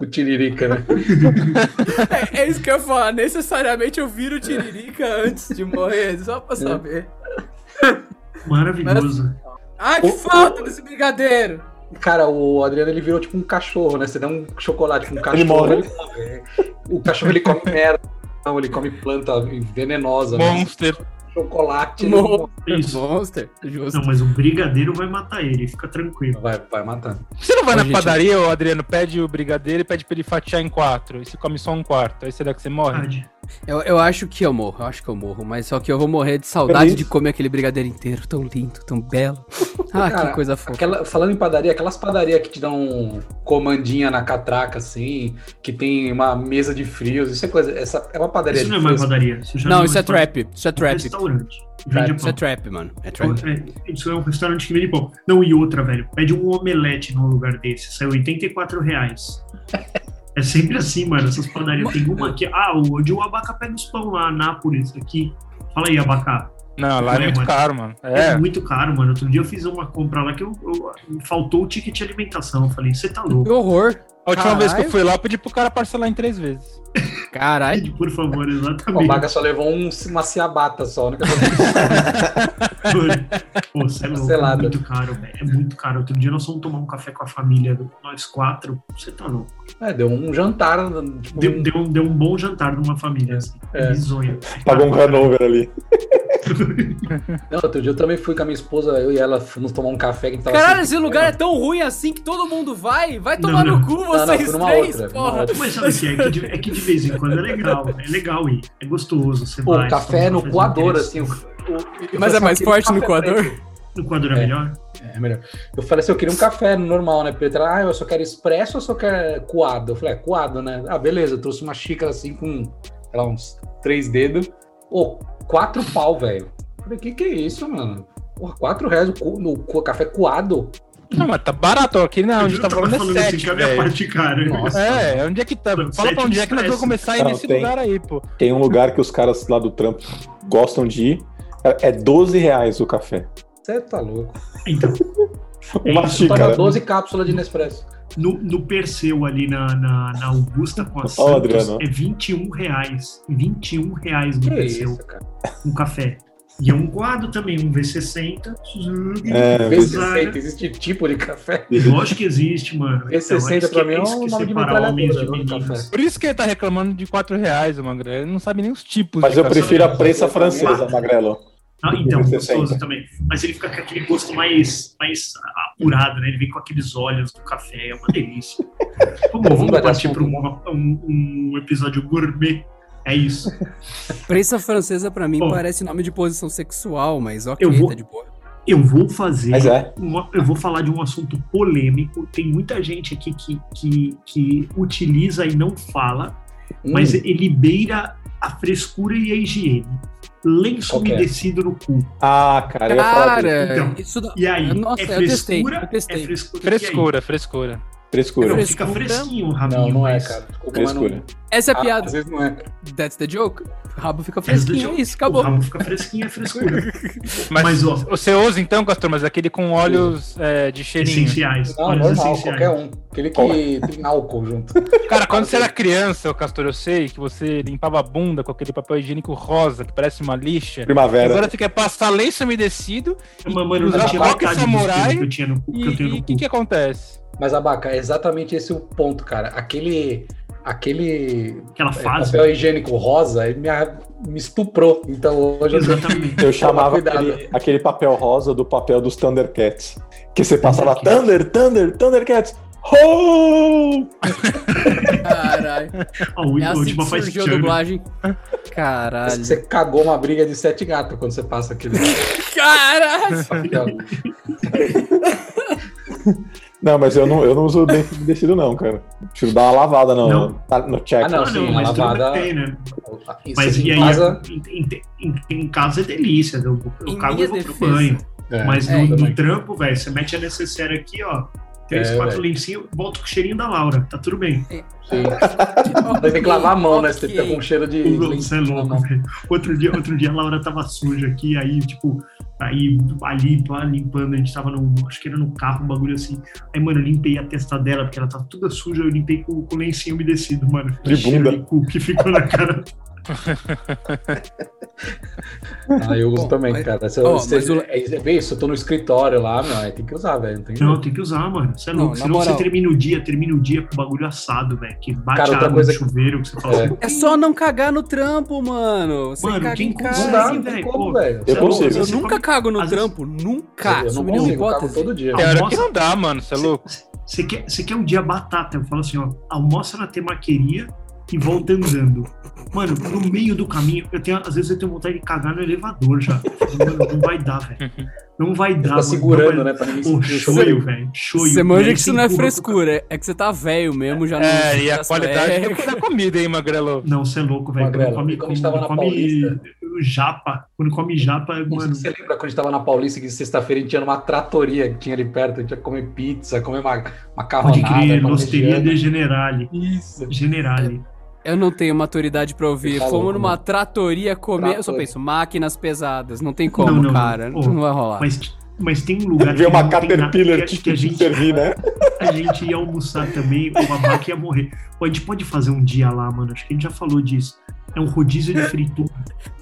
Speaker 3: O tiririca, né?
Speaker 5: É, é isso que eu ia falar. Necessariamente eu viro tiririca antes de morrer, só pra saber.
Speaker 2: Maravilhoso.
Speaker 5: Ai, que falta desse brigadeiro!
Speaker 3: Cara, o Adriano ele virou tipo um cachorro, né? Você dá um chocolate com um cachorro.
Speaker 1: morre.
Speaker 3: ele morre. O cachorro ele come merda, não, ele come planta venenosa. Né?
Speaker 4: Monster.
Speaker 3: Chocolate. ele
Speaker 5: Morre.
Speaker 3: morre.
Speaker 2: Isso.
Speaker 5: Monster, justo.
Speaker 2: Não, mas o brigadeiro vai matar ele. Fica tranquilo.
Speaker 3: Vai, vai matar.
Speaker 4: Você não vai
Speaker 5: Ô,
Speaker 4: na
Speaker 5: gente.
Speaker 4: padaria, ô, Adriano, pede o brigadeiro e pede pra ele fatiar em quatro. E você come só um quarto. Aí será que você morre?
Speaker 2: Verdade.
Speaker 5: Eu, eu acho que eu morro, eu acho que eu morro, mas só que eu vou morrer de saudade
Speaker 1: Feliz.
Speaker 5: de comer aquele brigadeiro inteiro, tão lindo, tão belo. Ah,
Speaker 3: Cara,
Speaker 5: que coisa fofa.
Speaker 3: Aquela, falando em padaria, aquelas padarias que te dão comandinha na catraca, assim, que tem uma mesa de frios, isso é coisa. Essa é uma padaria
Speaker 2: Isso não é
Speaker 3: de
Speaker 2: mais
Speaker 3: frios.
Speaker 2: padaria. Isso, já
Speaker 5: Não,
Speaker 2: um
Speaker 5: isso é
Speaker 2: restaurante.
Speaker 5: trap, isso é
Speaker 2: É um
Speaker 5: trap.
Speaker 2: Restaurante. Vende
Speaker 5: Isso é
Speaker 2: pão.
Speaker 5: trap, mano. É trap.
Speaker 2: É, Isso é um restaurante que vende pão. Não, e outra, velho. Pede um omelete num lugar desse. Saiu 84 reais. É sempre assim, mano. Essas padarias. Tem uma aqui. Ah, onde o Abaca pega os pão lá, Nápoles, aqui. Fala aí, Abaca.
Speaker 4: Não,
Speaker 2: Não
Speaker 4: lá é
Speaker 2: é,
Speaker 4: muito
Speaker 2: mano.
Speaker 4: caro, mano.
Speaker 2: É.
Speaker 4: É.
Speaker 2: muito caro, mano. Outro dia eu fiz uma compra lá que eu, eu- faltou o ticket de alimentação. Eu falei, você tá
Speaker 5: Que
Speaker 2: louco.
Speaker 5: horror.
Speaker 4: A última
Speaker 5: Caralho.
Speaker 4: vez que eu fui lá, eu pedi pro cara parcelar em três vezes.
Speaker 5: Caralho.
Speaker 2: Pede, Por favor,
Speaker 3: O
Speaker 2: exatamente.
Speaker 3: Baga só levou um, uma ciabata só, né?
Speaker 2: Pô, você é louco, é
Speaker 3: Cancelada.
Speaker 2: muito caro, velho. É muito caro. Outro dia nós fomos tomar um café com a família, nós quatro. Você tá louco.
Speaker 3: É, deu um jantar. Tipo,
Speaker 2: Deu, deu, um, deu um bom jantar numa família, assim.
Speaker 3: É.
Speaker 2: Bizonho.
Speaker 1: Pagou um Hanover ali.
Speaker 3: Não, outro dia eu também fui com a minha esposa, eu e ela fomos tomar um café que a gente tava.
Speaker 6: Caralho,
Speaker 3: sem-
Speaker 6: esse lugar é tão ruim assim que todo mundo vai? Vai tomar
Speaker 2: Não,
Speaker 6: no cu vocês
Speaker 3: fui numa
Speaker 6: três,
Speaker 3: outra, numa
Speaker 6: porra.
Speaker 3: outra.
Speaker 2: Mas sabe o que é? Que de, é que de vez em quando é legal. É legal ir. É gostoso. Você
Speaker 3: Pô,
Speaker 2: vai.
Speaker 3: café
Speaker 2: toma um
Speaker 3: no
Speaker 2: cafezinho
Speaker 3: coador,
Speaker 2: interessante.
Speaker 3: assim. o- o-
Speaker 6: Mas é mais
Speaker 3: eu falei assim,
Speaker 6: forte no
Speaker 3: eu queria um
Speaker 6: coador?
Speaker 3: café preto.
Speaker 2: No coador é,
Speaker 3: É.
Speaker 2: melhor?
Speaker 3: É, melhor. Eu falei assim, eu queria um café normal, né, Pedro? Ela, Ah, eu só quero expresso ou só quero coado? Eu falei, é, coado, né? Ah, beleza. Eu trouxe uma xícara assim com, sei lá, uns três dedos. Ô, quatro pau, velho. Eu Falei, que que é isso, mano? Porra, quatro reais o co- no co- café coado?
Speaker 4: Não, mas tá barato. Aqui não, a gente
Speaker 2: Eu
Speaker 4: tá
Speaker 2: tava
Speaker 4: falando é
Speaker 2: assim,
Speaker 4: 7,
Speaker 2: que é a minha
Speaker 4: velho.
Speaker 2: parte cara.
Speaker 3: Nossa.
Speaker 4: É, onde é que tá?
Speaker 2: Não,
Speaker 4: Fala pra
Speaker 2: sete
Speaker 4: onde é que nós vamos
Speaker 2: expresso.
Speaker 4: começar a ir
Speaker 1: Não,
Speaker 4: nesse
Speaker 1: tem.
Speaker 4: lugar aí, pô.
Speaker 1: Tem um lugar que os caras lá do trampo gostam de ir. Cara, É 12 reais o café.
Speaker 3: Você tá louco.
Speaker 2: Então,
Speaker 1: Uma
Speaker 2: isso,
Speaker 3: Toma
Speaker 1: xícara.
Speaker 3: 12 cápsulas de Nespresso.
Speaker 2: no, no Perseu ali na, na, na Augusta com a
Speaker 1: Ó,
Speaker 2: Santos,
Speaker 1: Adriano.
Speaker 2: é 21 reais. 21 reais no
Speaker 3: Que
Speaker 2: Perseu,
Speaker 3: isso, cara?
Speaker 2: um café. E é um quadro também, um V60. Suzuki,
Speaker 1: É,
Speaker 3: Vê se senta, existe tipo de café.
Speaker 2: Lógico que existe, mano.
Speaker 3: V60
Speaker 2: é isso que-
Speaker 3: pra mim é
Speaker 2: isso
Speaker 3: um
Speaker 2: que
Speaker 3: nome de né,
Speaker 2: separa homens de
Speaker 3: metralhadora, não de
Speaker 2: meninas.
Speaker 4: Por isso que ele tá reclamando de 4 reais, o Magrelo. Ele não sabe nem os tipos
Speaker 1: Mas
Speaker 4: de
Speaker 1: eu
Speaker 4: café.
Speaker 1: prefiro a prensa francesa, Magrelo.
Speaker 2: Ah, então,
Speaker 1: V60.
Speaker 2: gostoso também. Mas ele fica com aquele gosto mais, mais apurado, né? Ele vem com aqueles olhos do café, é uma delícia. Pô, bom,
Speaker 3: Vamos
Speaker 2: vamos
Speaker 3: dar
Speaker 2: partir
Speaker 3: assunto.
Speaker 2: para um, um- um episódio gourmet. É isso.
Speaker 5: Prensa francesa pra mim
Speaker 2: Bom.
Speaker 5: parece nome de posição sexual, mas ok,
Speaker 2: Eu vou-
Speaker 5: tá de boa.
Speaker 2: Eu vou fazer.
Speaker 1: Mas é.
Speaker 2: uma- eu vou falar de um assunto polêmico. Tem muita gente aqui que, que, que utiliza e não fala, mas
Speaker 3: Hum,
Speaker 2: ele beira a frescura e a higiene. Lenço
Speaker 3: Qual que é?
Speaker 2: umedecido no cu.
Speaker 1: Ah, cara, eu ia falar de
Speaker 5: Cara,
Speaker 2: Então,
Speaker 5: isso dá...
Speaker 2: E aí?
Speaker 5: Nossa,
Speaker 2: é
Speaker 5: eu testei,
Speaker 2: frescura?
Speaker 5: eu testei.
Speaker 2: É frescura.
Speaker 4: Frescura, frescura.
Speaker 2: E aí?
Speaker 1: frescura.
Speaker 2: Não, fica
Speaker 5: Frescura.
Speaker 2: fresquinho o rabinho.
Speaker 3: Não, não é,
Speaker 2: mas-
Speaker 3: cara. Desculpa, mas não-
Speaker 1: Frescura.
Speaker 5: essa é a
Speaker 3: Ah,
Speaker 5: piada.
Speaker 3: Às vezes não é.
Speaker 5: That's the joke. O rabo fica
Speaker 2: the
Speaker 5: fresquinho,
Speaker 2: joke.
Speaker 5: é isso, acabou.
Speaker 2: O rabo fica fresquinho, é frescura.
Speaker 4: Mas,
Speaker 2: Mas, ó.
Speaker 4: você usa então, Castor, mas aquele com óleos é, de cheirinho.
Speaker 2: Essenciais.
Speaker 3: Não,
Speaker 2: óleos
Speaker 3: normal,
Speaker 2: essenciais.
Speaker 3: qualquer um. Aquele que tem álcool junto.
Speaker 4: Cara, quando você era criança, ô, Castor, eu sei que você limpava a bunda com aquele papel higiênico rosa, que parece uma lixa.
Speaker 1: Primavera.
Speaker 4: Agora você quer passar lenço umedecido
Speaker 3: um.
Speaker 2: Mas, mano, eu não
Speaker 4: Usar
Speaker 2: tinha
Speaker 4: faca e
Speaker 2: metade dos
Speaker 4: samurai
Speaker 2: pelos que eu tinha no cu.
Speaker 4: e
Speaker 2: que eu tenho
Speaker 4: o
Speaker 2: no
Speaker 4: que,
Speaker 2: cu.
Speaker 4: que acontece?
Speaker 3: Mas, Abaca, é exatamente esse o ponto, cara. Aquele, aquele
Speaker 2: Aquela
Speaker 3: é,
Speaker 2: fase.
Speaker 3: papel higiênico rosa ele me, a- me estuprou. Então, hoje eu tenho que
Speaker 2: Exatamente.
Speaker 1: Eu chamava
Speaker 3: Cuidado.
Speaker 1: aquele, aquele papel rosa do papel dos Thundercats. Que você passava Thunder,
Speaker 2: Thundercats.
Speaker 1: Thunder, Thundercats. Oh!
Speaker 5: Caralho.
Speaker 2: Ó, o-
Speaker 5: É
Speaker 2: a
Speaker 5: assim que
Speaker 2: última faz
Speaker 5: surgiu a
Speaker 2: tchan, né?
Speaker 5: dublagem. Caralho.
Speaker 3: você cagou uma briga de sete gatos quando você passa aquele
Speaker 5: Caralho.
Speaker 3: papel.
Speaker 1: Não, mas eu não, eu não uso bem umedecido, não, cara. Preciso dar uma lavada no, no check.
Speaker 3: Ah, não,
Speaker 2: Ah,
Speaker 3: sim,
Speaker 2: não, mas tudo
Speaker 3: lavada-
Speaker 2: bem, tem, né?
Speaker 3: Isso
Speaker 2: Mas
Speaker 3: em
Speaker 2: e aí,
Speaker 3: casa-
Speaker 2: em, em- em- em casa é delícia. Eu, eu
Speaker 5: Em
Speaker 2: cago e
Speaker 5: minha
Speaker 2: vou pro
Speaker 5: defesa.
Speaker 2: banho.
Speaker 3: É,
Speaker 2: Mas
Speaker 5: é,
Speaker 2: no, no
Speaker 3: também.
Speaker 2: trampo, velho, você mete a necessária aqui, ó. Três,
Speaker 3: É,
Speaker 2: quatro
Speaker 3: velho.
Speaker 2: lencinhos, volta com o cheirinho da Laura. Tá tudo bem.
Speaker 3: sim. Mas tem que lavar a mão, né? Você fica com cheiro de.
Speaker 2: Você é louco, velho. Outro dia, outro dia a Laura tava suja aqui, aí, tipo, aí ali pá, limpando, a gente tava no. Acho que era no carro, um bagulho assim. Aí, mano, eu limpei a testa dela, porque ela tava toda suja, eu limpei com, com lencinho umedecido, mano.
Speaker 1: De
Speaker 2: Cheiro
Speaker 1: bunda.
Speaker 2: De cu que ficou na cara.
Speaker 3: Ah, eu uso
Speaker 5: Bom,
Speaker 3: também,
Speaker 5: mas-
Speaker 3: cara. Se,
Speaker 5: Ó,
Speaker 3: se-
Speaker 5: mas o-
Speaker 3: é, é isso, eu tô no escritório lá, meu, aí tem que usar, velho. Não tem
Speaker 2: Não, tem que usar, mano. Você é
Speaker 5: Não,
Speaker 2: louco.
Speaker 5: na
Speaker 2: Senão
Speaker 5: moral.
Speaker 2: você termina o dia, termina o dia com o bagulho assado, velho. Que bate
Speaker 3: Cara, outra
Speaker 2: água
Speaker 3: coisa
Speaker 2: no chuveiro, que você fala
Speaker 3: É.
Speaker 2: assim.
Speaker 5: É só não cagar no trampo, mano. Você
Speaker 2: Mano,
Speaker 5: caga
Speaker 2: quem
Speaker 5: em
Speaker 2: consegue,
Speaker 3: Não
Speaker 5: casa. assim.
Speaker 3: dá,
Speaker 2: Sim,
Speaker 3: não tem
Speaker 2: velho,
Speaker 3: como,
Speaker 2: pô.
Speaker 3: velho.
Speaker 1: Eu
Speaker 3: Você é louco,
Speaker 1: consigo.
Speaker 5: Eu
Speaker 2: Você
Speaker 5: nunca
Speaker 2: come-
Speaker 5: cago no
Speaker 2: às vezes-
Speaker 5: trampo, nunca. é
Speaker 3: Eu não
Speaker 5: sob nenhuma
Speaker 3: consigo, eu cago
Speaker 5: hipótese.
Speaker 3: todo dia.
Speaker 4: Tem hora que
Speaker 2: Almoça-
Speaker 4: não dá, mano, você é louco.
Speaker 2: Você quer, você quer um dia batata? Eu falo assim, ó, almoça na temaqueria e volta andando. Mano, no meio do caminho, eu tenho, às vezes eu tenho vontade de cagar no elevador já. Eu falo, Mano, não vai dar, velho. Não vai dar,
Speaker 3: Tá
Speaker 2: mano.
Speaker 3: segurando,
Speaker 2: não vai...
Speaker 3: né? Pra ninguém
Speaker 2: Pô,
Speaker 3: sentir o cheiro.
Speaker 2: shoyu, velho. Shoyu.
Speaker 5: Você manja
Speaker 2: E aí
Speaker 5: que isso não é
Speaker 2: empurra com-
Speaker 5: frescura, é que você tá velho mesmo, já não.
Speaker 4: É, e a
Speaker 5: já
Speaker 4: qualidade
Speaker 5: é.
Speaker 4: da- da comida, hein, Magrelo?
Speaker 2: Não, você é louco, velho.
Speaker 3: Magrelo,
Speaker 2: Quando come,
Speaker 3: quando a gente tava na
Speaker 2: quando come japa, quando come japa, mano,
Speaker 3: Você lembra quando a gente tava na Paulista que sexta-feira a gente ia numa tratoria que tinha ali perto, a gente ia comer pizza, comer ma macarronada,
Speaker 2: pode crer,
Speaker 3: parmegiana.
Speaker 2: Losteria de Generale.
Speaker 3: Isso.
Speaker 2: Generale.
Speaker 5: Eu não tenho maturidade pra ouvir.
Speaker 3: Tá
Speaker 5: Fomos
Speaker 3: louco,
Speaker 5: numa
Speaker 3: mano.
Speaker 5: tratoria comer. Eu só
Speaker 3: Tratoria.
Speaker 5: penso, máquinas pesadas. Não tem como,
Speaker 2: Não, não,
Speaker 5: cara.
Speaker 2: não. Ô,
Speaker 5: Não vai rolar.
Speaker 2: Mas, mas tem um lugar
Speaker 1: Ver É. uma
Speaker 2: não tem nada-
Speaker 1: Caterpillar
Speaker 2: que, que a
Speaker 1: te
Speaker 2: gente
Speaker 1: servir, né?
Speaker 2: a gente ia almoçar também, o babaca ia morrer. Pô, a gente pode fazer um dia lá, mano. Acho que a gente já falou disso. É um rodízio de fritura.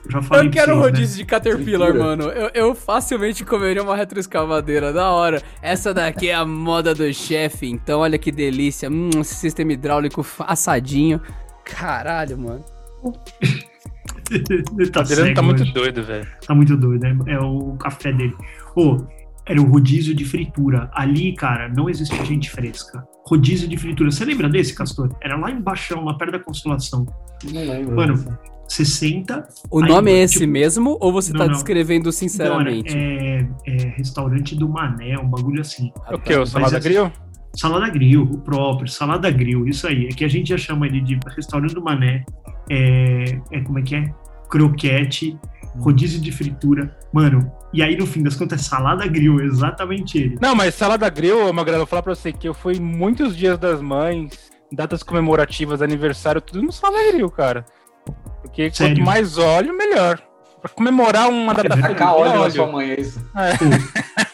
Speaker 2: Eu já falei
Speaker 5: Eu
Speaker 2: pra
Speaker 5: quero um
Speaker 2: vocês, né?
Speaker 5: rodízio de Caterpillar,
Speaker 3: Fritura.
Speaker 5: mano. Eu, eu facilmente comeria uma retroescavadeira, da hora. Essa daqui é a moda do chefe, então olha que delícia. Hum, esse sistema hidráulico fa- assadinho. Caralho, mano.
Speaker 2: tá
Speaker 4: O Adriano
Speaker 2: cego
Speaker 4: tá muito
Speaker 2: hoje.
Speaker 4: doido, velho.
Speaker 2: Tá muito doido, é, é o café dele. Ô, era o rodízio de fritura. Ali, cara, não existe gente fresca. Rodízio de fritura. Você lembra desse, Castor? Era lá embaixo, lá perto da Consolação.
Speaker 3: Não lembro.
Speaker 2: Mano, você senta...
Speaker 5: O
Speaker 2: Aí,
Speaker 5: nome é
Speaker 2: tipo,
Speaker 5: esse mesmo ou você
Speaker 2: não,
Speaker 5: tá
Speaker 2: não.
Speaker 5: descrevendo
Speaker 2: Não, era,
Speaker 5: sinceramente?
Speaker 2: é, é restaurante do Mané, um bagulho assim.
Speaker 5: Tá
Speaker 4: O que? O Salada
Speaker 2: assim-
Speaker 4: Grill?
Speaker 2: Salada Grill, o próprio, Salada Grill, isso aí. É que a gente já chama ele de restaurante do Mané, é, é como é que é? Croquete, rodízio de fritura. Mano, e aí no fim das contas é Salada Grill, exatamente ele.
Speaker 4: Não, mas Salada Grill, Magrela, eu vou falar pra você que eu fui muitos dias das mães, datas comemorativas, aniversário, tudo no Salada Grill, cara. Porque
Speaker 2: Sério?
Speaker 4: quanto mais óleo, melhor. Pra comemorar uma data
Speaker 2: verdade.
Speaker 4: tem
Speaker 3: Tacar óleo na
Speaker 4: óleo.
Speaker 3: sua mãe, é isso.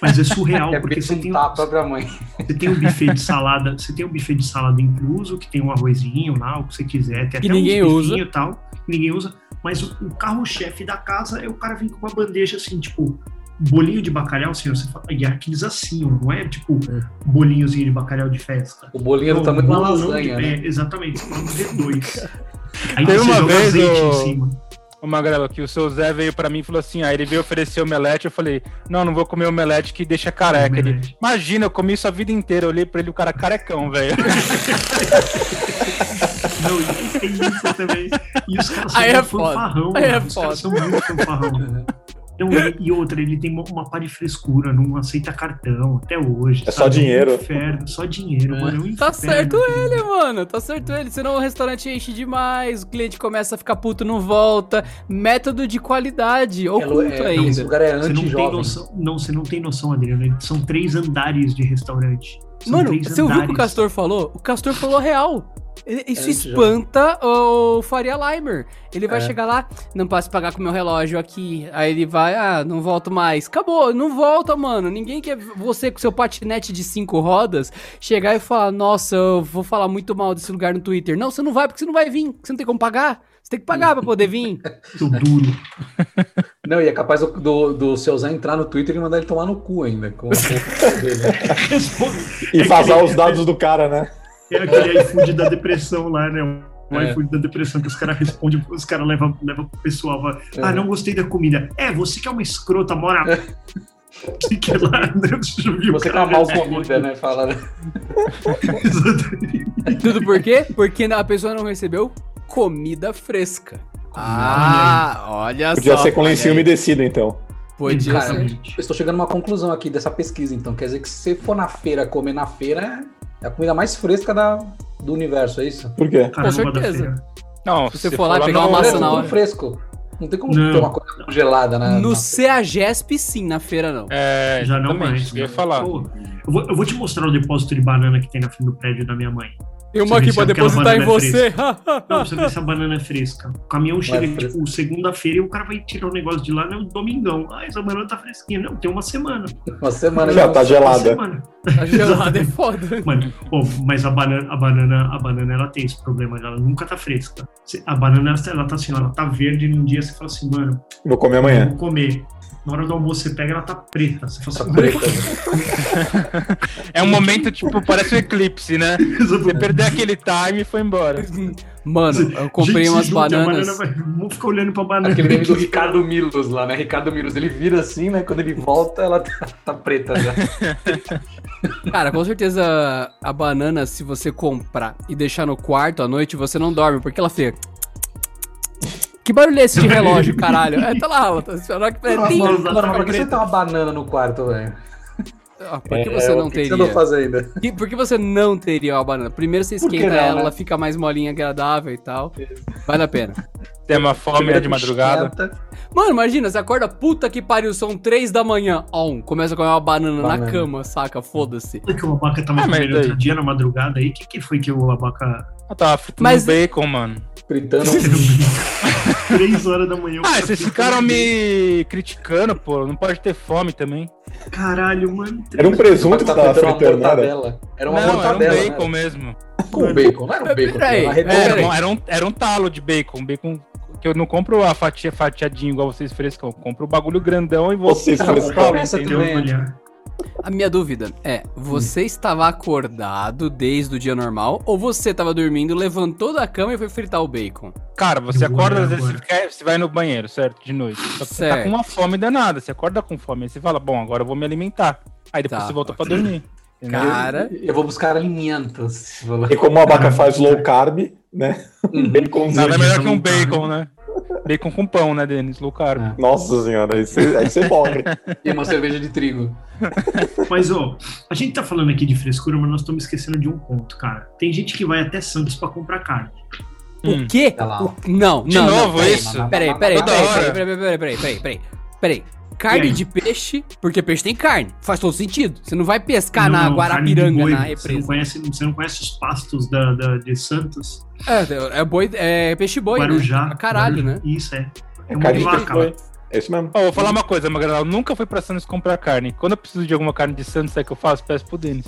Speaker 2: Mas é surreal,
Speaker 3: é
Speaker 2: porque você tem,
Speaker 3: betuntar a própria mãe.
Speaker 2: você tem um buffet de salada, você tem um buffet de salada incluso, que tem um arrozinho lá, o que você quiser, tem
Speaker 5: Que
Speaker 2: até um
Speaker 5: ninguém usa.
Speaker 2: e tal, que ninguém usa. Mas o, o carro-chefe da casa é o cara vir com uma bandeja assim, tipo, bolinho de bacalhau, senhor, você fala, e é aqueles assim, ó, não é tipo bolinhozinho de bacalhau de festa.
Speaker 3: O bolinho do
Speaker 2: É um
Speaker 3: tamanho de uma
Speaker 2: bolão de-
Speaker 3: lasanha, né?
Speaker 2: é, Exatamente, você fala um D2. Aí
Speaker 4: Teve
Speaker 2: você
Speaker 4: uma
Speaker 2: joga
Speaker 4: vez
Speaker 2: azeite
Speaker 4: o-
Speaker 2: em cima.
Speaker 4: Ô, Magrela, que o seu Zé veio pra mim e falou assim: aí ele veio oferecer omelete. Eu falei: não, não vou comer omelete que deixa careca. Ele,
Speaker 2: Omelete.
Speaker 4: Imagina, eu comi isso a vida inteira. Eu olhei pra ele, o cara carecão, velho.
Speaker 2: Não, e tem isso também. E os caras são
Speaker 5: Aí é
Speaker 2: muito
Speaker 5: foda.
Speaker 2: fanfarrão,
Speaker 5: Aí é
Speaker 2: mano. Os caras são muito fanfarrão. Não, e, e outra, ele tem uma, uma pá de frescura, não aceita cartão até hoje.
Speaker 1: É só
Speaker 2: sabe?
Speaker 1: dinheiro.
Speaker 2: É um inferno, só dinheiro, mano. É um
Speaker 5: Tá
Speaker 2: inferno,
Speaker 5: certo
Speaker 2: cara.
Speaker 5: ele, mano. Tá certo ele. Senão o restaurante enche demais, o cliente começa a ficar puto, não volta. Método de qualidade,
Speaker 3: É, lo- é,
Speaker 5: oculto
Speaker 3: não, esse
Speaker 5: ainda.
Speaker 3: lugar é
Speaker 2: Você não tem
Speaker 3: anti-jovem.
Speaker 2: noção, não, você não tem noção, Adriano. São três andares de restaurante. São
Speaker 5: Mano,
Speaker 2: três
Speaker 5: você ouviu o que o
Speaker 2: andares.
Speaker 5: Castor falou? O Castor falou a real. Ele- Isso
Speaker 3: É,
Speaker 5: espanta o Faria Limer. Ele vai
Speaker 3: É.
Speaker 5: chegar lá, não posso pagar com meu relógio aqui. Aí ele vai, ah, não volto mais. Acabou, não volta, mano. Ninguém quer você com seu patinete de cinco rodas chegar e falar, nossa, eu vou falar muito mal desse lugar no Twitter. Não, você não vai porque você não vai vir. Você não tem como pagar. Você tem que pagar pra poder vir.
Speaker 2: Tô duro.
Speaker 3: Não, e é capaz do, do, do seu Zé entrar no Twitter e mandar ele tomar no cu ainda. Com, com dele.
Speaker 1: E vazar os dados do cara, né?
Speaker 2: É aquele iFood da depressão lá, né? O
Speaker 3: É.
Speaker 2: iFood da depressão que os caras respondem, os caras levam leva pro pessoal. Fala, Ah, não gostei da comida. É, você que é uma escrota, mora. Que que é lá, né? Você já viu o
Speaker 3: Você tá
Speaker 2: cara
Speaker 3: mal
Speaker 2: respondendo?
Speaker 3: comida, né? Fala, né?
Speaker 5: Tudo por quê? Porque a pessoa não recebeu comida fresca. Ah, olha
Speaker 1: Podia ser com
Speaker 5: olha
Speaker 1: lencinho
Speaker 5: aí.
Speaker 1: umedecido, então.
Speaker 5: Podia
Speaker 3: Cara,
Speaker 5: ser.
Speaker 2: Exatamente.
Speaker 3: Eu estou chegando a uma conclusão aqui dessa pesquisa, então. Quer dizer que se você for na feira comer na feira, é a comida mais fresca da, do universo, é isso?
Speaker 1: Por quê?
Speaker 2: Cara,
Speaker 5: Com
Speaker 2: não vai dar
Speaker 5: certeza.
Speaker 2: feira.
Speaker 4: Não,
Speaker 5: Se você for lá pegar uma
Speaker 3: Parece
Speaker 5: maçã na
Speaker 3: tudo
Speaker 5: hora.
Speaker 3: fresco. Não tem como
Speaker 2: Não.
Speaker 3: ter uma coisa congelada né? na.
Speaker 5: No
Speaker 3: na-
Speaker 5: CEAGESP, sim, na feira não.
Speaker 4: É,
Speaker 2: Já não
Speaker 4: exatamente,
Speaker 2: mais.
Speaker 4: Eu ia
Speaker 2: né?
Speaker 4: falar.
Speaker 2: Pô, eu, vou, eu vou te mostrar o depósito de banana que tem na frente do prédio da minha mãe.
Speaker 5: Tem
Speaker 2: uma aqui pra depositar em você. Não,
Speaker 5: Não,
Speaker 2: precisa ver se a banana é fresca. O caminhão chega,
Speaker 3: fresca.
Speaker 2: tipo, segunda-feira e o cara vai tirar o negócio de lá no domingão. Ah, essa banana tá fresquinha. Não, tem uma semana.
Speaker 3: Uma semana.
Speaker 1: Já tá
Speaker 2: Uma
Speaker 1: gelada.
Speaker 2: semana.
Speaker 5: a gelada é foda.
Speaker 2: Mano, pô, mas a banana, a banana, a banana, ela tem esse problema, ela nunca tá fresca. Se- A banana, ela tá assim, ela tá verde num dia, você fala assim, mano,
Speaker 1: Vou comer amanhã.
Speaker 2: vou comer. Na hora do almoço, você pega, ela tá preta. Você fala assim,
Speaker 3: preta.
Speaker 4: É um momento, tipo, parece um eclipse, né? Você perdeu aquele time e foi embora.
Speaker 5: Mano, eu comprei
Speaker 2: Gente,
Speaker 5: umas
Speaker 2: se junte, a
Speaker 5: bananas.
Speaker 2: Banana vai... Vamos ficar olhando pra banana.
Speaker 3: Aquele meme do Ricardo Milos lá, né? Ricardo Milos, ele vira assim, né? Quando ele volta, ela tá, tá preta já.
Speaker 5: Cara, com certeza a banana, se você comprar e deixar no quarto à noite, você não dorme, porque ela fica. Que barulho é esse de relógio, caralho? É, tá lá, ela tá esperando que.
Speaker 3: Mano,
Speaker 5: Tim,
Speaker 2: mano,
Speaker 5: ela
Speaker 3: mano,
Speaker 5: fica
Speaker 3: por que você
Speaker 5: preta.
Speaker 3: tem uma banana no quarto, velho?
Speaker 5: Ah, Por que você
Speaker 3: É,
Speaker 5: não
Speaker 3: o que que Você não
Speaker 5: teria?
Speaker 3: faz ainda.
Speaker 5: E Por que você não teria uma banana? Primeiro você
Speaker 3: Por que
Speaker 5: esquenta
Speaker 3: não,
Speaker 5: ela,
Speaker 3: né?
Speaker 5: ela fica mais molinha, agradável e tal. Vale a pena.
Speaker 4: Tem uma fome né, de madrugada.
Speaker 3: Esquenta.
Speaker 5: Mano, imagina, você acorda, puta que pariu, são três da manhã. On, começa a comer uma banana,
Speaker 3: Banana.
Speaker 5: na cama, saca? Foda-se.
Speaker 2: Que tá o Abaca tava
Speaker 4: Ah, mas
Speaker 2: comendo outro
Speaker 4: daí?
Speaker 2: dia na madrugada aí. O que, que foi que o Abaca.
Speaker 4: Eu tava fritando
Speaker 5: Mas-
Speaker 4: bacon, mano.
Speaker 3: Gritando.
Speaker 2: Três horas da manhã. o
Speaker 4: Ah,
Speaker 2: cara
Speaker 4: vocês
Speaker 2: fez-
Speaker 4: ficaram me criticando, pô. Não pode ter fome também.
Speaker 2: Caralho, mano.
Speaker 1: Era um presunto que
Speaker 3: Tá
Speaker 1: tava
Speaker 3: fritando uma
Speaker 1: fritando, nada.
Speaker 3: mortadela. Era uma
Speaker 4: Não, era um
Speaker 3: mortadela. né?
Speaker 4: bacon mesmo.
Speaker 3: Com bacon, não era um bacon.
Speaker 5: Peraí,
Speaker 3: era uma redonda.
Speaker 4: É,
Speaker 5: Peraí.
Speaker 4: não, era, um, era um talo de bacon. Bacon que eu não compro a fatia fatiadinho igual vocês frescam. Eu compro o bagulho grandão e vou
Speaker 1: Vocês
Speaker 4: Ah,
Speaker 1: frescam.
Speaker 4: compro,
Speaker 3: Essa
Speaker 4: entendeu?
Speaker 3: também.
Speaker 2: Olha,
Speaker 5: A minha dúvida é,
Speaker 3: Hum.
Speaker 5: você estava acordado desde o dia normal ou você estava dormindo, levantou da cama e foi fritar o bacon?
Speaker 4: Cara, você
Speaker 2: Eu vou
Speaker 4: acorda,
Speaker 2: olhar
Speaker 4: às vezes você,
Speaker 2: agora.
Speaker 4: quer- você vai no banheiro, certo? De noite. Só que você tá
Speaker 5: Certo.
Speaker 4: com uma fome danada. Você acorda com fome. Aí você fala, bom, agora eu vou me alimentar. Aí depois
Speaker 5: Tá.
Speaker 4: você volta pra dormir. entendeu?
Speaker 5: Cara,
Speaker 3: Eu vou buscar alimentos.
Speaker 1: E como o abaca faz low carb, né?
Speaker 3: Uhum.
Speaker 1: Baconzinho.
Speaker 4: Nada é melhor que um
Speaker 2: Isso não
Speaker 4: bacon, né? Bacon com pão, né, Denis? Low carb.
Speaker 3: É.
Speaker 1: Nossa senhora, é, aí você, aí você morre.
Speaker 3: E uma cerveja de trigo.
Speaker 2: Mas, ó, a gente tá falando aqui de frescura, mas nós estamos esquecendo de um ponto, cara. Tem gente que vai até Santos pra comprar carne.
Speaker 4: Hum.
Speaker 5: o quê?
Speaker 3: Tá lá, ó.
Speaker 5: O- Não,
Speaker 4: De
Speaker 5: não, não,
Speaker 4: novo
Speaker 5: peraí.
Speaker 4: isso?
Speaker 5: Peraí, peraí,
Speaker 4: Toda
Speaker 5: peraí,
Speaker 4: hora.
Speaker 5: peraí, peraí, peraí, peraí, peraí, peraí, peraí. Carne
Speaker 2: aí?
Speaker 5: de peixe, porque peixe tem carne. Faz todo sentido. Você não vai pescar
Speaker 2: Não,
Speaker 5: na
Speaker 2: não, carne de
Speaker 5: Guarapiranga,
Speaker 2: boi.
Speaker 5: na
Speaker 2: você não,
Speaker 5: represa.
Speaker 2: conhece, você não conhece os pastos da, da- de Santos?
Speaker 5: É, é boi, é peixe boi,
Speaker 2: Guarujá.
Speaker 5: né? Pra Caralho,
Speaker 2: Guarujá.
Speaker 5: né?
Speaker 2: Isso, é. É
Speaker 1: Carne de
Speaker 2: muito vaca.
Speaker 1: boi. É isso mesmo.
Speaker 4: Ó, vou falar uma coisa, Magrela. Eu nunca fui pra Santos comprar carne. Quando eu preciso de alguma carne de Santos, sabe o que eu faço? Peço pro Denis.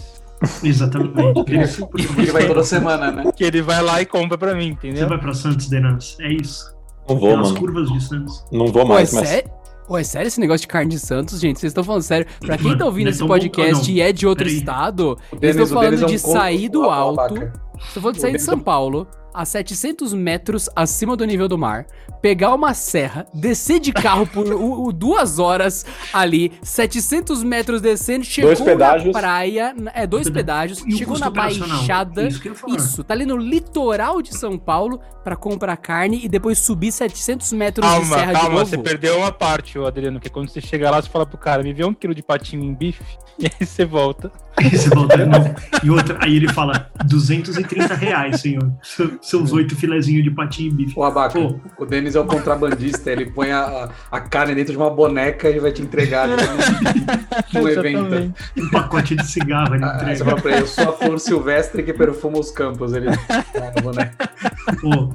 Speaker 2: Exatamente. Denis, por favor,
Speaker 3: Ele vai toda semana, né?
Speaker 4: Que ele vai lá e compra pra mim,
Speaker 2: Você
Speaker 4: entendeu?
Speaker 2: vai pra Santos, Denas. É isso.
Speaker 1: Não vou,
Speaker 2: Pelas
Speaker 1: mano.
Speaker 2: curvas de Santos.
Speaker 1: Não vou
Speaker 5: Pô, é
Speaker 1: mais, mas.
Speaker 5: sério? Pô, é sério esse negócio de carne de Santos, gente? Vocês estão falando sério. Pra quem
Speaker 2: Mano,
Speaker 5: tá ouvindo
Speaker 2: não é
Speaker 5: esse
Speaker 2: tão bom-
Speaker 5: podcast
Speaker 2: ah, não.
Speaker 5: e é de outro
Speaker 2: Peraí.
Speaker 5: estado,
Speaker 3: O
Speaker 5: eles
Speaker 3: Denis-
Speaker 5: estão
Speaker 3: o Denis
Speaker 5: falando
Speaker 3: é um
Speaker 5: de
Speaker 3: conto
Speaker 5: sair do
Speaker 3: lá,
Speaker 5: alto.
Speaker 3: babaca.
Speaker 5: Você falou de Então, sair de
Speaker 3: Denis é
Speaker 5: São Paulo, a 700 metros acima do nível do mar, pegar uma serra, descer de carro por u- u- duas horas ali, 700 metros descendo, chegou
Speaker 1: pedágios.
Speaker 5: na praia, na- é, dois
Speaker 2: Peda-
Speaker 5: pedágios,
Speaker 2: E o
Speaker 5: chegou
Speaker 2: custo
Speaker 5: na
Speaker 2: operacional?
Speaker 5: baixada,
Speaker 2: Isso que eu ia falar.
Speaker 5: isso, tá ali no litoral de São Paulo pra comprar carne e depois subir 700 metros de
Speaker 4: Calma,
Speaker 5: serra de
Speaker 4: calma,
Speaker 5: novo.
Speaker 4: você perdeu uma parte, ô Adriano, que é quando você chega lá, você fala pro cara, me vê um quilo de patinho em bife, e aí você volta.
Speaker 2: Aí você volta, não. E outra, aí ele fala: 230 reais, senhor. Seu- Seus oito filezinhos de patinho e bife.
Speaker 3: O abaca.
Speaker 2: Pô.
Speaker 3: O Denis é o contrabandista. Ele põe a, a carne dentro de uma boneca e vai te entregar ali no, no Um evento.
Speaker 4: Exatamente.
Speaker 2: Um pacote de cigarro ele
Speaker 3: Ah,
Speaker 2: entrega.
Speaker 3: você fala pra ele, eu sou a flor silvestre que perfuma os campos. Ele Ah, na boneca.
Speaker 2: Pô,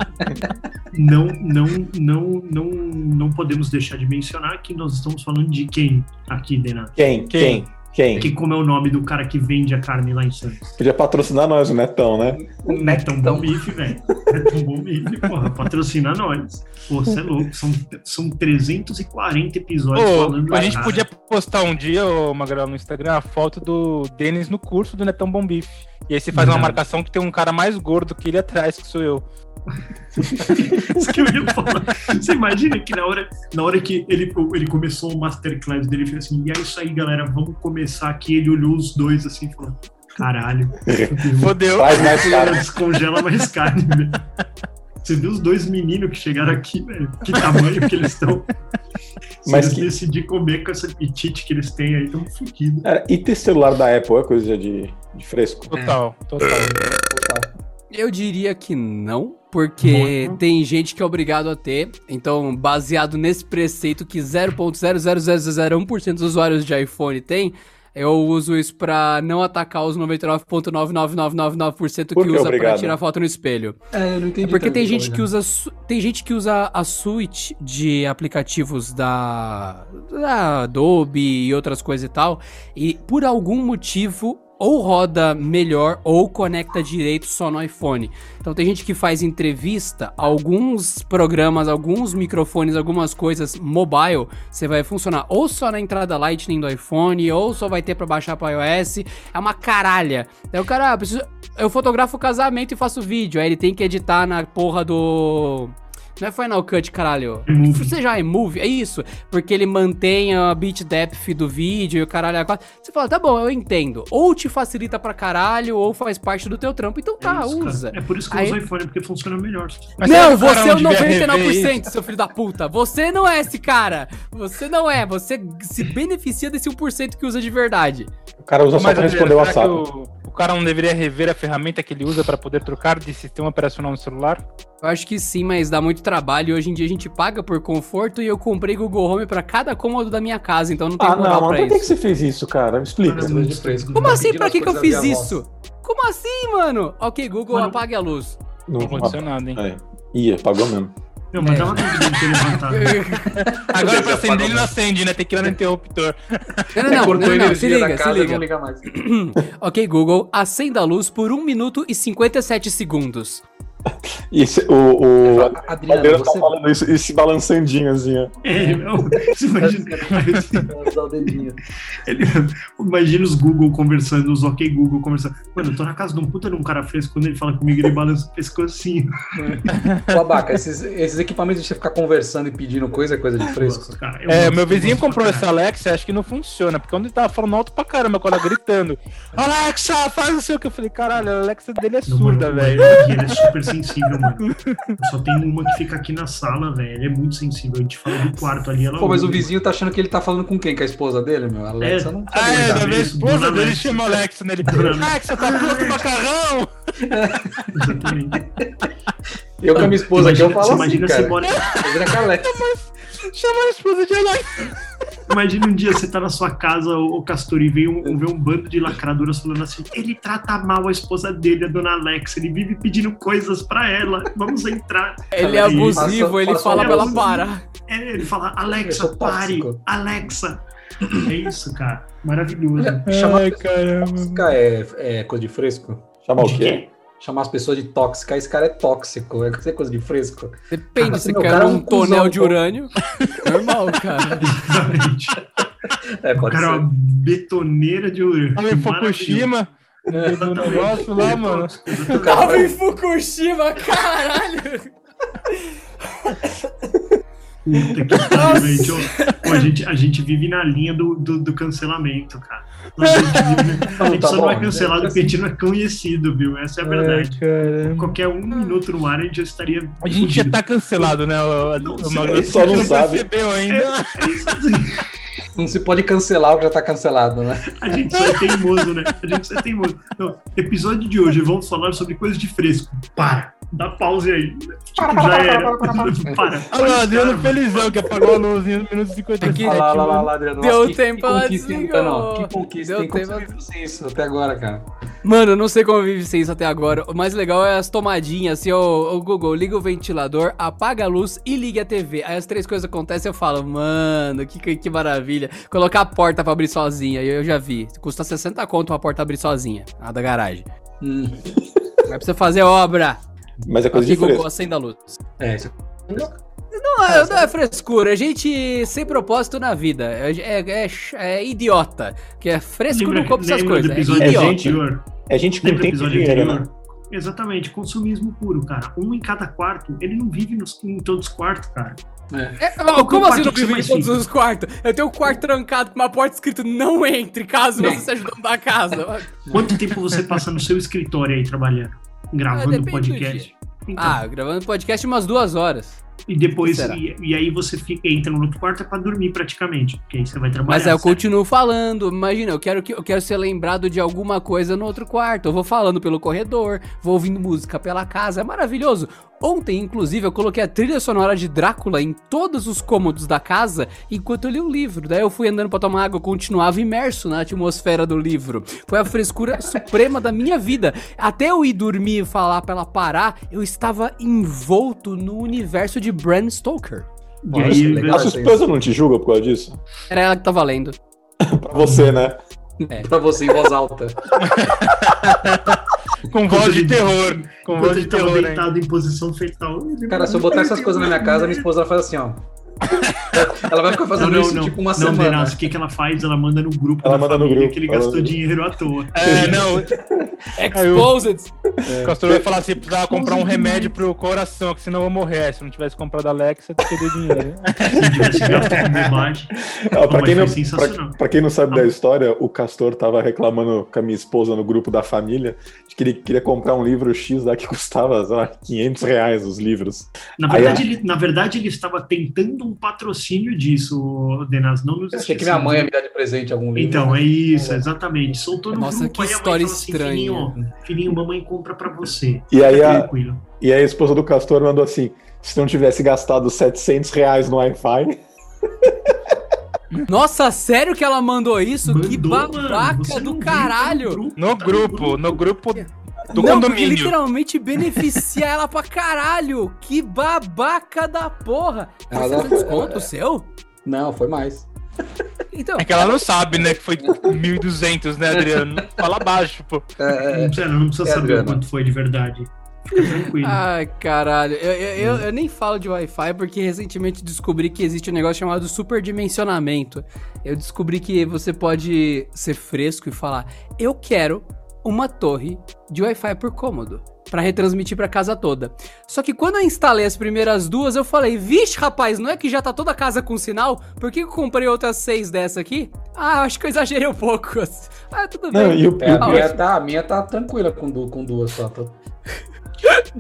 Speaker 2: não, não, não, não, não podemos deixar de mencionar que nós estamos falando de quem aqui, Denato?
Speaker 1: Quem? Quem? Quem?
Speaker 2: Que como é o nome do cara que vende a carne lá em Santos?
Speaker 1: Podia patrocinar nós, o Netão, né?
Speaker 2: Não é tão bom
Speaker 3: Nectão.
Speaker 2: bife, velho. Não É tão bom bife, porra. Patrocina nós. Pô, você é louco. São, são 340 episódios falando
Speaker 4: Ô, a
Speaker 2: da
Speaker 4: gente
Speaker 2: cara.
Speaker 4: podia postar um dia, ô Magrela, no Instagram, a foto do Denis no curso do Netão Bom Bife. E aí você faz uma
Speaker 2: Verdade.
Speaker 4: marcação que tem um cara mais gordo que ele atrás, que sou eu.
Speaker 2: Isso que eu ia falar. Você imagina que na hora, na hora que ele, ele começou o masterclass dele, ele fez assim, e é isso aí, galera, vamos começar aqui. Ele olhou os dois assim e falou, caralho, fudeu.
Speaker 4: Fodeu.
Speaker 1: Faz mais
Speaker 2: Ela
Speaker 1: caro.
Speaker 2: descongela mais carne, velho. Você viu os dois meninos que chegaram aqui, velho? Que tamanho que eles estão. Se
Speaker 1: Mas
Speaker 2: eles
Speaker 1: que-
Speaker 2: decidirem comer com esse apetite que eles têm aí, estão fodidos.
Speaker 1: Cara, e ter celular da Apple é coisa de, de fresco?
Speaker 4: Total, total.
Speaker 5: Eu diria que não, porque tem gente que é obrigado a ter. Então, baseado nesse preceito que 0.00001% dos usuários de iPhone tem, eu uso isso pra não atacar os 99.99999% que
Speaker 1: Por que
Speaker 5: usa pra
Speaker 1: obrigado?
Speaker 5: tirar foto no espelho.
Speaker 3: É, eu não entendi.
Speaker 5: É porque tem
Speaker 3: também,
Speaker 5: gente
Speaker 3: tá
Speaker 5: que usa su- tem gente que usa a suite de aplicativos da, da Adobe e outras coisas e tal, e por algum motivo ou roda melhor ou conecta direito só no iPhone. Então tem gente que faz entrevista, alguns programas, alguns microfones, algumas coisas mobile, você vai funcionar ou só na entrada Lightning do iPhone, ou só vai ter pra baixar pra iOS. É uma caralha. Daí o cara, ah, eu preciso- eu fotografo o casamento e faço vídeo. Aí ele tem que editar na porra do. Não é Final Cut, caralho.
Speaker 2: iMovie.
Speaker 5: Seja iMovie, é isso. Porque ele mantém a bit depth do vídeo e o caralho. a quatro. Você fala, tá bom, eu entendo. Ou te facilita pra caralho, ou faz parte do teu trampo. Então tá,
Speaker 2: isso, cara.
Speaker 5: usa.
Speaker 2: É por isso que eu
Speaker 5: Aí-
Speaker 2: uso iPhone, porque funciona melhor.
Speaker 4: Mas será que
Speaker 5: não,
Speaker 4: o cara
Speaker 5: você é o
Speaker 4: não devia rever
Speaker 5: 99%, seu filho da puta. Você não é esse cara. Você não é. Você se beneficia desse 1% que usa de verdade.
Speaker 1: O cara usa só
Speaker 4: Mas,
Speaker 1: pra
Speaker 4: Adriano,
Speaker 1: responder o
Speaker 4: será
Speaker 1: WhatsApp.
Speaker 4: que o, o cara não deveria rever a ferramenta que ele usa pra poder trocar de sistema operacional no celular?
Speaker 5: Eu acho que sim, mas dá muito trabalho. Hoje em dia a gente paga por conforto e eu comprei Google Home pra cada cômodo da minha casa, então não tem
Speaker 1: Ah,
Speaker 5: moral
Speaker 1: não, mas
Speaker 5: pra
Speaker 1: por que que
Speaker 5: isso.
Speaker 1: você fez isso, cara? Me explica.
Speaker 3: ligado? Coisa de fresco.
Speaker 5: Como
Speaker 3: Tá
Speaker 5: assim?
Speaker 3: pedindo
Speaker 5: Pra
Speaker 3: as
Speaker 5: que que eu
Speaker 3: coisas
Speaker 5: fiz
Speaker 3: da minha voz.
Speaker 5: isso? Como assim, mano? Ok, Google,
Speaker 2: Mano-
Speaker 5: apague a luz.
Speaker 1: Não,
Speaker 4: Não aconteceu nada, hein?
Speaker 1: é. Ih, pagou mesmo.
Speaker 2: Não,
Speaker 5: É.
Speaker 2: mas dava dúvida de ter levantado.
Speaker 4: Agora pra
Speaker 3: Deus,
Speaker 4: acender ele
Speaker 3: apaga
Speaker 4: não acende, né? Tem que ir lá no interruptor.
Speaker 5: Não, não,
Speaker 3: É,
Speaker 5: não, não,
Speaker 3: cortou a
Speaker 5: não, não, se
Speaker 3: energia da
Speaker 5: liga, se
Speaker 3: casa e não
Speaker 5: liga.
Speaker 3: liga mais.
Speaker 5: um ok, Google, acenda a luz por 1 minuto e 57 segundos.
Speaker 1: E esse- o, o
Speaker 3: Fala, Adriano,
Speaker 1: Adriano tá
Speaker 3: você
Speaker 1: falando isso e se balançandinho assim, ó.
Speaker 2: É, não, você
Speaker 5: Tá
Speaker 2: imagina,
Speaker 3: vai usar o dedinho.
Speaker 2: ele- imagina os Google conversando, os ok Google conversando. Mano, eu tô na casa de um puta de um cara fresco, quando ele fala comigo, ele balança o pescocinho.
Speaker 3: Babaca, esses, esses equipamentos de você ficar conversando e pedindo coisa é coisa de fresco.
Speaker 2: Nossa, cara, eu
Speaker 4: É,
Speaker 2: gosto,
Speaker 4: meu
Speaker 2: eu
Speaker 4: vizinho
Speaker 2: gosto pra
Speaker 4: comprou
Speaker 2: caralho.
Speaker 4: esse Alexa, acho que não funciona, porque onde ele tava falando alto pra caramba, quando ela gritando, Alexa, faz não sei o que. Eu falei, caralho, a Alexa dele é
Speaker 2: Não, mano,
Speaker 4: surda,
Speaker 2: mano,
Speaker 4: velho.
Speaker 2: aqui Ele é super sensível, mano. Eu só tem uma que fica aqui na sala, velho. Ele é muito sensível. Eu te falo do quarto ali, ela.
Speaker 3: Pô, mas o
Speaker 2: ouve.
Speaker 3: vizinho tá achando que ele tá falando com quem? Com a esposa dele, meu? A Alexa
Speaker 2: É.
Speaker 3: não tá
Speaker 4: Ah, é, da
Speaker 2: Dona
Speaker 4: minha esposa
Speaker 2: Alexa.
Speaker 4: dele chama Alexa nele.
Speaker 2: Dona
Speaker 4: Alexa, tá pronto o macarrão?
Speaker 2: Exatamente.
Speaker 3: Eu com a minha esposa aqui, eu
Speaker 2: Imagina- você
Speaker 3: falo assim,
Speaker 2: imagina,
Speaker 3: cara.
Speaker 2: você mora,
Speaker 3: Imagina com a Alexa.
Speaker 4: Chama a esposa de Alexa.
Speaker 2: imagina um dia você tá na sua casa, o Castor, e vem um, vê um bando de lacradoras falando assim: ele trata mal a esposa dele, a dona Alexa. Ele vive pedindo coisas pra ela. Vamos entrar.
Speaker 5: Ele é
Speaker 2: Ela diz,
Speaker 5: abusivo,
Speaker 3: Passou-
Speaker 5: ele
Speaker 3: passou
Speaker 5: fala
Speaker 2: um
Speaker 5: pra ela
Speaker 2: abusivo.
Speaker 5: parar.
Speaker 2: É, ele fala:
Speaker 3: Eu
Speaker 2: Alexa,
Speaker 3: sou
Speaker 2: pare.
Speaker 3: tóxico.
Speaker 2: Alexa. É isso, cara. Maravilhoso.
Speaker 3: Chamar
Speaker 4: Ai,
Speaker 3: as pessoas de
Speaker 4: caramba.
Speaker 3: tóxica é, é coisa de fresco?
Speaker 1: Chamar o
Speaker 2: De
Speaker 1: quê?
Speaker 3: é? Chamar as pessoas de tóxica, esse cara é tóxico. É coisa- é coisa de fresco.
Speaker 7: Depende,
Speaker 3: Ah,
Speaker 7: se
Speaker 3: meu,
Speaker 7: quer
Speaker 3: cara é um
Speaker 7: um tonel
Speaker 3: cuzão,
Speaker 7: de
Speaker 3: pô.
Speaker 7: urânio, normal, cara.
Speaker 2: Exatamente.
Speaker 3: É,
Speaker 2: O
Speaker 3: pode
Speaker 2: cara é
Speaker 3: ser.
Speaker 2: uma betoneira de urânio.
Speaker 4: Tava em Fukushima, no negócio lá, mano.
Speaker 3: O cara
Speaker 5: Tava
Speaker 3: vai-
Speaker 5: em Fukushima, caralho!
Speaker 2: Puta que pariu, Tipo, gente. Ô, ô, a, gente, a gente vive na linha do, do, do cancelamento, cara. A gente, vive na- a gente
Speaker 3: tá
Speaker 2: só
Speaker 3: bom.
Speaker 2: não é cancelado porque a gente não é conhecido, viu? Essa é a verdade.
Speaker 4: Ai, caramba.
Speaker 2: Qualquer um minuto no ar a gente já estaria.
Speaker 4: A gente já tá cancelado, né? O,
Speaker 2: Não
Speaker 4: o
Speaker 2: sei,
Speaker 4: Magno?
Speaker 1: ele só não sabe.
Speaker 4: percebeu ainda.
Speaker 3: Não se pode cancelar o que já tá cancelado, né?
Speaker 2: A gente só é teimoso, né? A gente só é teimoso. Então, episódio de hoje, vamos falar sobre coisas de fresco. Para! Dá pause aí. Tipo, já era. Para.
Speaker 5: Ah,
Speaker 4: Olha lá, Adriano
Speaker 2: Para.
Speaker 4: Felizão, que apagou a luz em 1 minuto e 57.
Speaker 3: Olha lá, olha lá, olha lá, Adriano.
Speaker 5: tipo, Deu
Speaker 3: Nossa, que-
Speaker 5: tempo,
Speaker 3: que
Speaker 5: ela
Speaker 3: conquista, hein,
Speaker 5: desligou.
Speaker 3: Tanão? Que conquista,
Speaker 5: Deu
Speaker 3: hein? Como
Speaker 5: tempo,
Speaker 3: você vive sem isso até agora, cara?
Speaker 5: Mano, eu não sei como vive sem isso até agora. O mais legal é as tomadinhas, assim, ô, ô, Google, liga o ventilador, apaga a luz e liga a TV. Aí as três coisas acontecem e eu falo, mano, que, que, que maravilha. Colocar a porta pra abrir sozinha, eu, eu já vi. Custa 60 conto uma porta abrir sozinha, a da garagem.
Speaker 3: Hum,
Speaker 5: Vai precisa fazer obra.
Speaker 1: Mas é coisa
Speaker 5: Aqui
Speaker 1: de
Speaker 5: Google
Speaker 1: fresco.
Speaker 5: acenda a luz.
Speaker 3: é, isso
Speaker 5: Não, é- não é frescura, é gente sem propósito na vida. É, é- é ch- é idiota. Que é fresco
Speaker 2: Lembra,
Speaker 5: não compra essas
Speaker 2: lembra do
Speaker 5: coisas. É
Speaker 2: episódio
Speaker 1: É
Speaker 5: idiota.
Speaker 1: gente-
Speaker 2: anterior?
Speaker 1: É gente que não
Speaker 2: Lembra o
Speaker 1: tem
Speaker 2: episódio
Speaker 1: dinheiro, né?
Speaker 2: anterior? Exatamente, consumismo puro, cara. Um em cada quarto, ele não vive nos, em todos os quartos, cara.
Speaker 5: É, ó, como assim não
Speaker 2: quarto que você
Speaker 5: vive em
Speaker 2: mais
Speaker 5: todos
Speaker 2: fica?
Speaker 5: os quartos? Eu tenho um quarto trancado com uma porta escrito não entre, caso você seja dono da casa.
Speaker 2: Quanto tempo você passa no seu escritório aí trabalhando? Gravando
Speaker 5: Ah, depende do
Speaker 2: podcast? Então,
Speaker 5: Ah, gravando podcast umas duas horas.
Speaker 2: e depois,
Speaker 5: será?
Speaker 2: e, e aí você fica, entra no outro quarto é pra dormir praticamente, porque aí você vai trabalhar.
Speaker 5: Mas é aí eu
Speaker 2: certo?
Speaker 5: continuo falando. Imagina, eu quero, que, eu quero ser lembrado de alguma coisa no outro quarto. Eu vou falando pelo corredor, vou ouvindo música pela casa. É maravilhoso. Ontem, inclusive, eu coloquei a trilha sonora de Drácula em todos os cômodos da casa enquanto eu li o livro. Daí eu fui andando pra tomar água, eu continuava imerso na atmosfera do livro. Foi a frescura suprema da minha vida. Até eu ir dormir e falar pra ela parar, eu estava envolto no universo de Bram Stoker.
Speaker 2: E
Speaker 3: Nossa,
Speaker 2: aí,
Speaker 3: legal.
Speaker 1: A sua esposa não te julga por causa disso?
Speaker 5: Era ela que tava lendo.
Speaker 1: Pra você, né?
Speaker 5: É.
Speaker 3: pra você em voz alta.
Speaker 4: Com voz de terror. Com
Speaker 2: enquanto
Speaker 4: voz de
Speaker 2: ele tava
Speaker 4: terror, hein?
Speaker 2: deitado em posição fetal. ele-
Speaker 3: Cara, se eu botar essas coisas na minha casa, minha esposa ela faz assim, ó. Ela vai ficar
Speaker 2: Não,
Speaker 3: fazendo
Speaker 2: não,
Speaker 3: isso
Speaker 2: não.
Speaker 3: tipo uma
Speaker 2: não,
Speaker 3: semana.
Speaker 2: Denas, o que, que ela faz? Ela manda no grupo
Speaker 1: Ela
Speaker 2: da
Speaker 1: manda no
Speaker 2: família
Speaker 1: grupo,
Speaker 2: que ele
Speaker 1: ela
Speaker 2: gastou
Speaker 1: manda-
Speaker 2: dinheiro à toa.
Speaker 4: É, não,
Speaker 5: Exposed!
Speaker 4: o Castor vai falar assim: precisava comprar um remédio pro coração, que senão eu morrer. Se não tivesse comprado a Alexa, eu teria dinheiro.
Speaker 2: Se tivesse gasto com bobagem.
Speaker 1: Ah, pra,
Speaker 2: mas
Speaker 1: quem não,
Speaker 2: foi sensacional.
Speaker 1: pra- pra quem não sabe
Speaker 5: Ah.
Speaker 1: da história, o Castor tava reclamando com a minha esposa no grupo da família de que ele queria comprar um livro X lá que custava, sei lá, 500 reais os livros.
Speaker 2: Na
Speaker 1: Aí,
Speaker 2: verdade, ele, na verdade, ele estava tentando um patrocínio disso, Denas. Não nos
Speaker 3: Eu achei que minha mãe ia
Speaker 2: esqueçamos.
Speaker 3: me dar de presente algum livro.
Speaker 2: Então, é isso, exatamente. Soltou no
Speaker 5: Nossa,
Speaker 2: grupo,
Speaker 5: que
Speaker 2: aí a mãe
Speaker 5: história
Speaker 2: falou assim,
Speaker 5: estranha.
Speaker 2: Filhinho, filhinho, mamãe compra pra você.
Speaker 1: E aí
Speaker 2: Fica
Speaker 1: a,
Speaker 2: Tranquilo.
Speaker 1: e aí a esposa do Castor mandou assim, se não tivesse gastado 700 reais no Wi-Fi...
Speaker 5: Nossa, sério que ela mandou isso? que
Speaker 2: Mandou, mano,
Speaker 5: babaca
Speaker 2: você não
Speaker 5: do
Speaker 2: viu, tá
Speaker 5: caralho!
Speaker 4: No
Speaker 2: tá
Speaker 4: grupo, no grupo do
Speaker 5: não, porque
Speaker 4: condomínio.
Speaker 5: literalmente beneficia ela pra caralho! Que babaca da porra!
Speaker 3: Ela
Speaker 5: Foi
Speaker 3: dá-
Speaker 5: 700 conto seu?
Speaker 3: Não, foi mais.
Speaker 5: Então,
Speaker 4: É que ela não sabe, né? Que foi 1.200, né, Adriano? Fala baixo, pô.
Speaker 3: É, é,
Speaker 2: Não precisa, não precisa
Speaker 3: É,
Speaker 2: saber
Speaker 3: Adriana.
Speaker 2: o quanto foi de verdade. Fica tranquilo.
Speaker 5: Ai, caralho. Eu, eu,
Speaker 1: Hum.
Speaker 5: eu- eu nem falo de Wi-Fi porque recentemente descobri que existe um negócio chamado superdimensionamento. Eu descobri que você pode ser fresco e falar: Eu quero uma torre de Wi-Fi por cômodo. Pra retransmitir pra casa toda. Só que quando eu instalei as primeiras duas, eu falei: Vixe, rapaz, não é que já tá toda a casa com sinal? Por que que eu comprei outras seis dessa aqui? Ah, acho que eu exagerei um pouco. Ah, tudo bem.
Speaker 1: Não, e o,
Speaker 3: É, a,
Speaker 5: Ah,
Speaker 3: minha
Speaker 5: mas-
Speaker 3: tá, a minha tá tranquila com, du- com duas só. tá? Tô-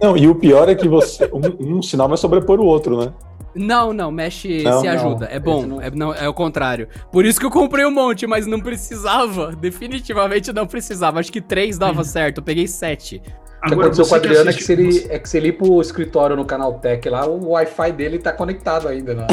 Speaker 1: não, e o pior é que você, um, um sinal vai sobrepor o outro, né?
Speaker 5: Não, não, mexe
Speaker 1: Não,
Speaker 5: se
Speaker 1: não,
Speaker 5: ajuda. É bom.
Speaker 3: esse não-
Speaker 5: É, não, é o contrário. Por isso que eu comprei um monte, mas não precisava. Definitivamente não precisava. Acho que três
Speaker 3: Hum.
Speaker 5: dava certo. Eu peguei sete.
Speaker 3: O que aconteceu com o Adriano é que, se ele, é que se ele ir pro escritório no canal Tech lá, o Wi-Fi dele tá conectado ainda. Né?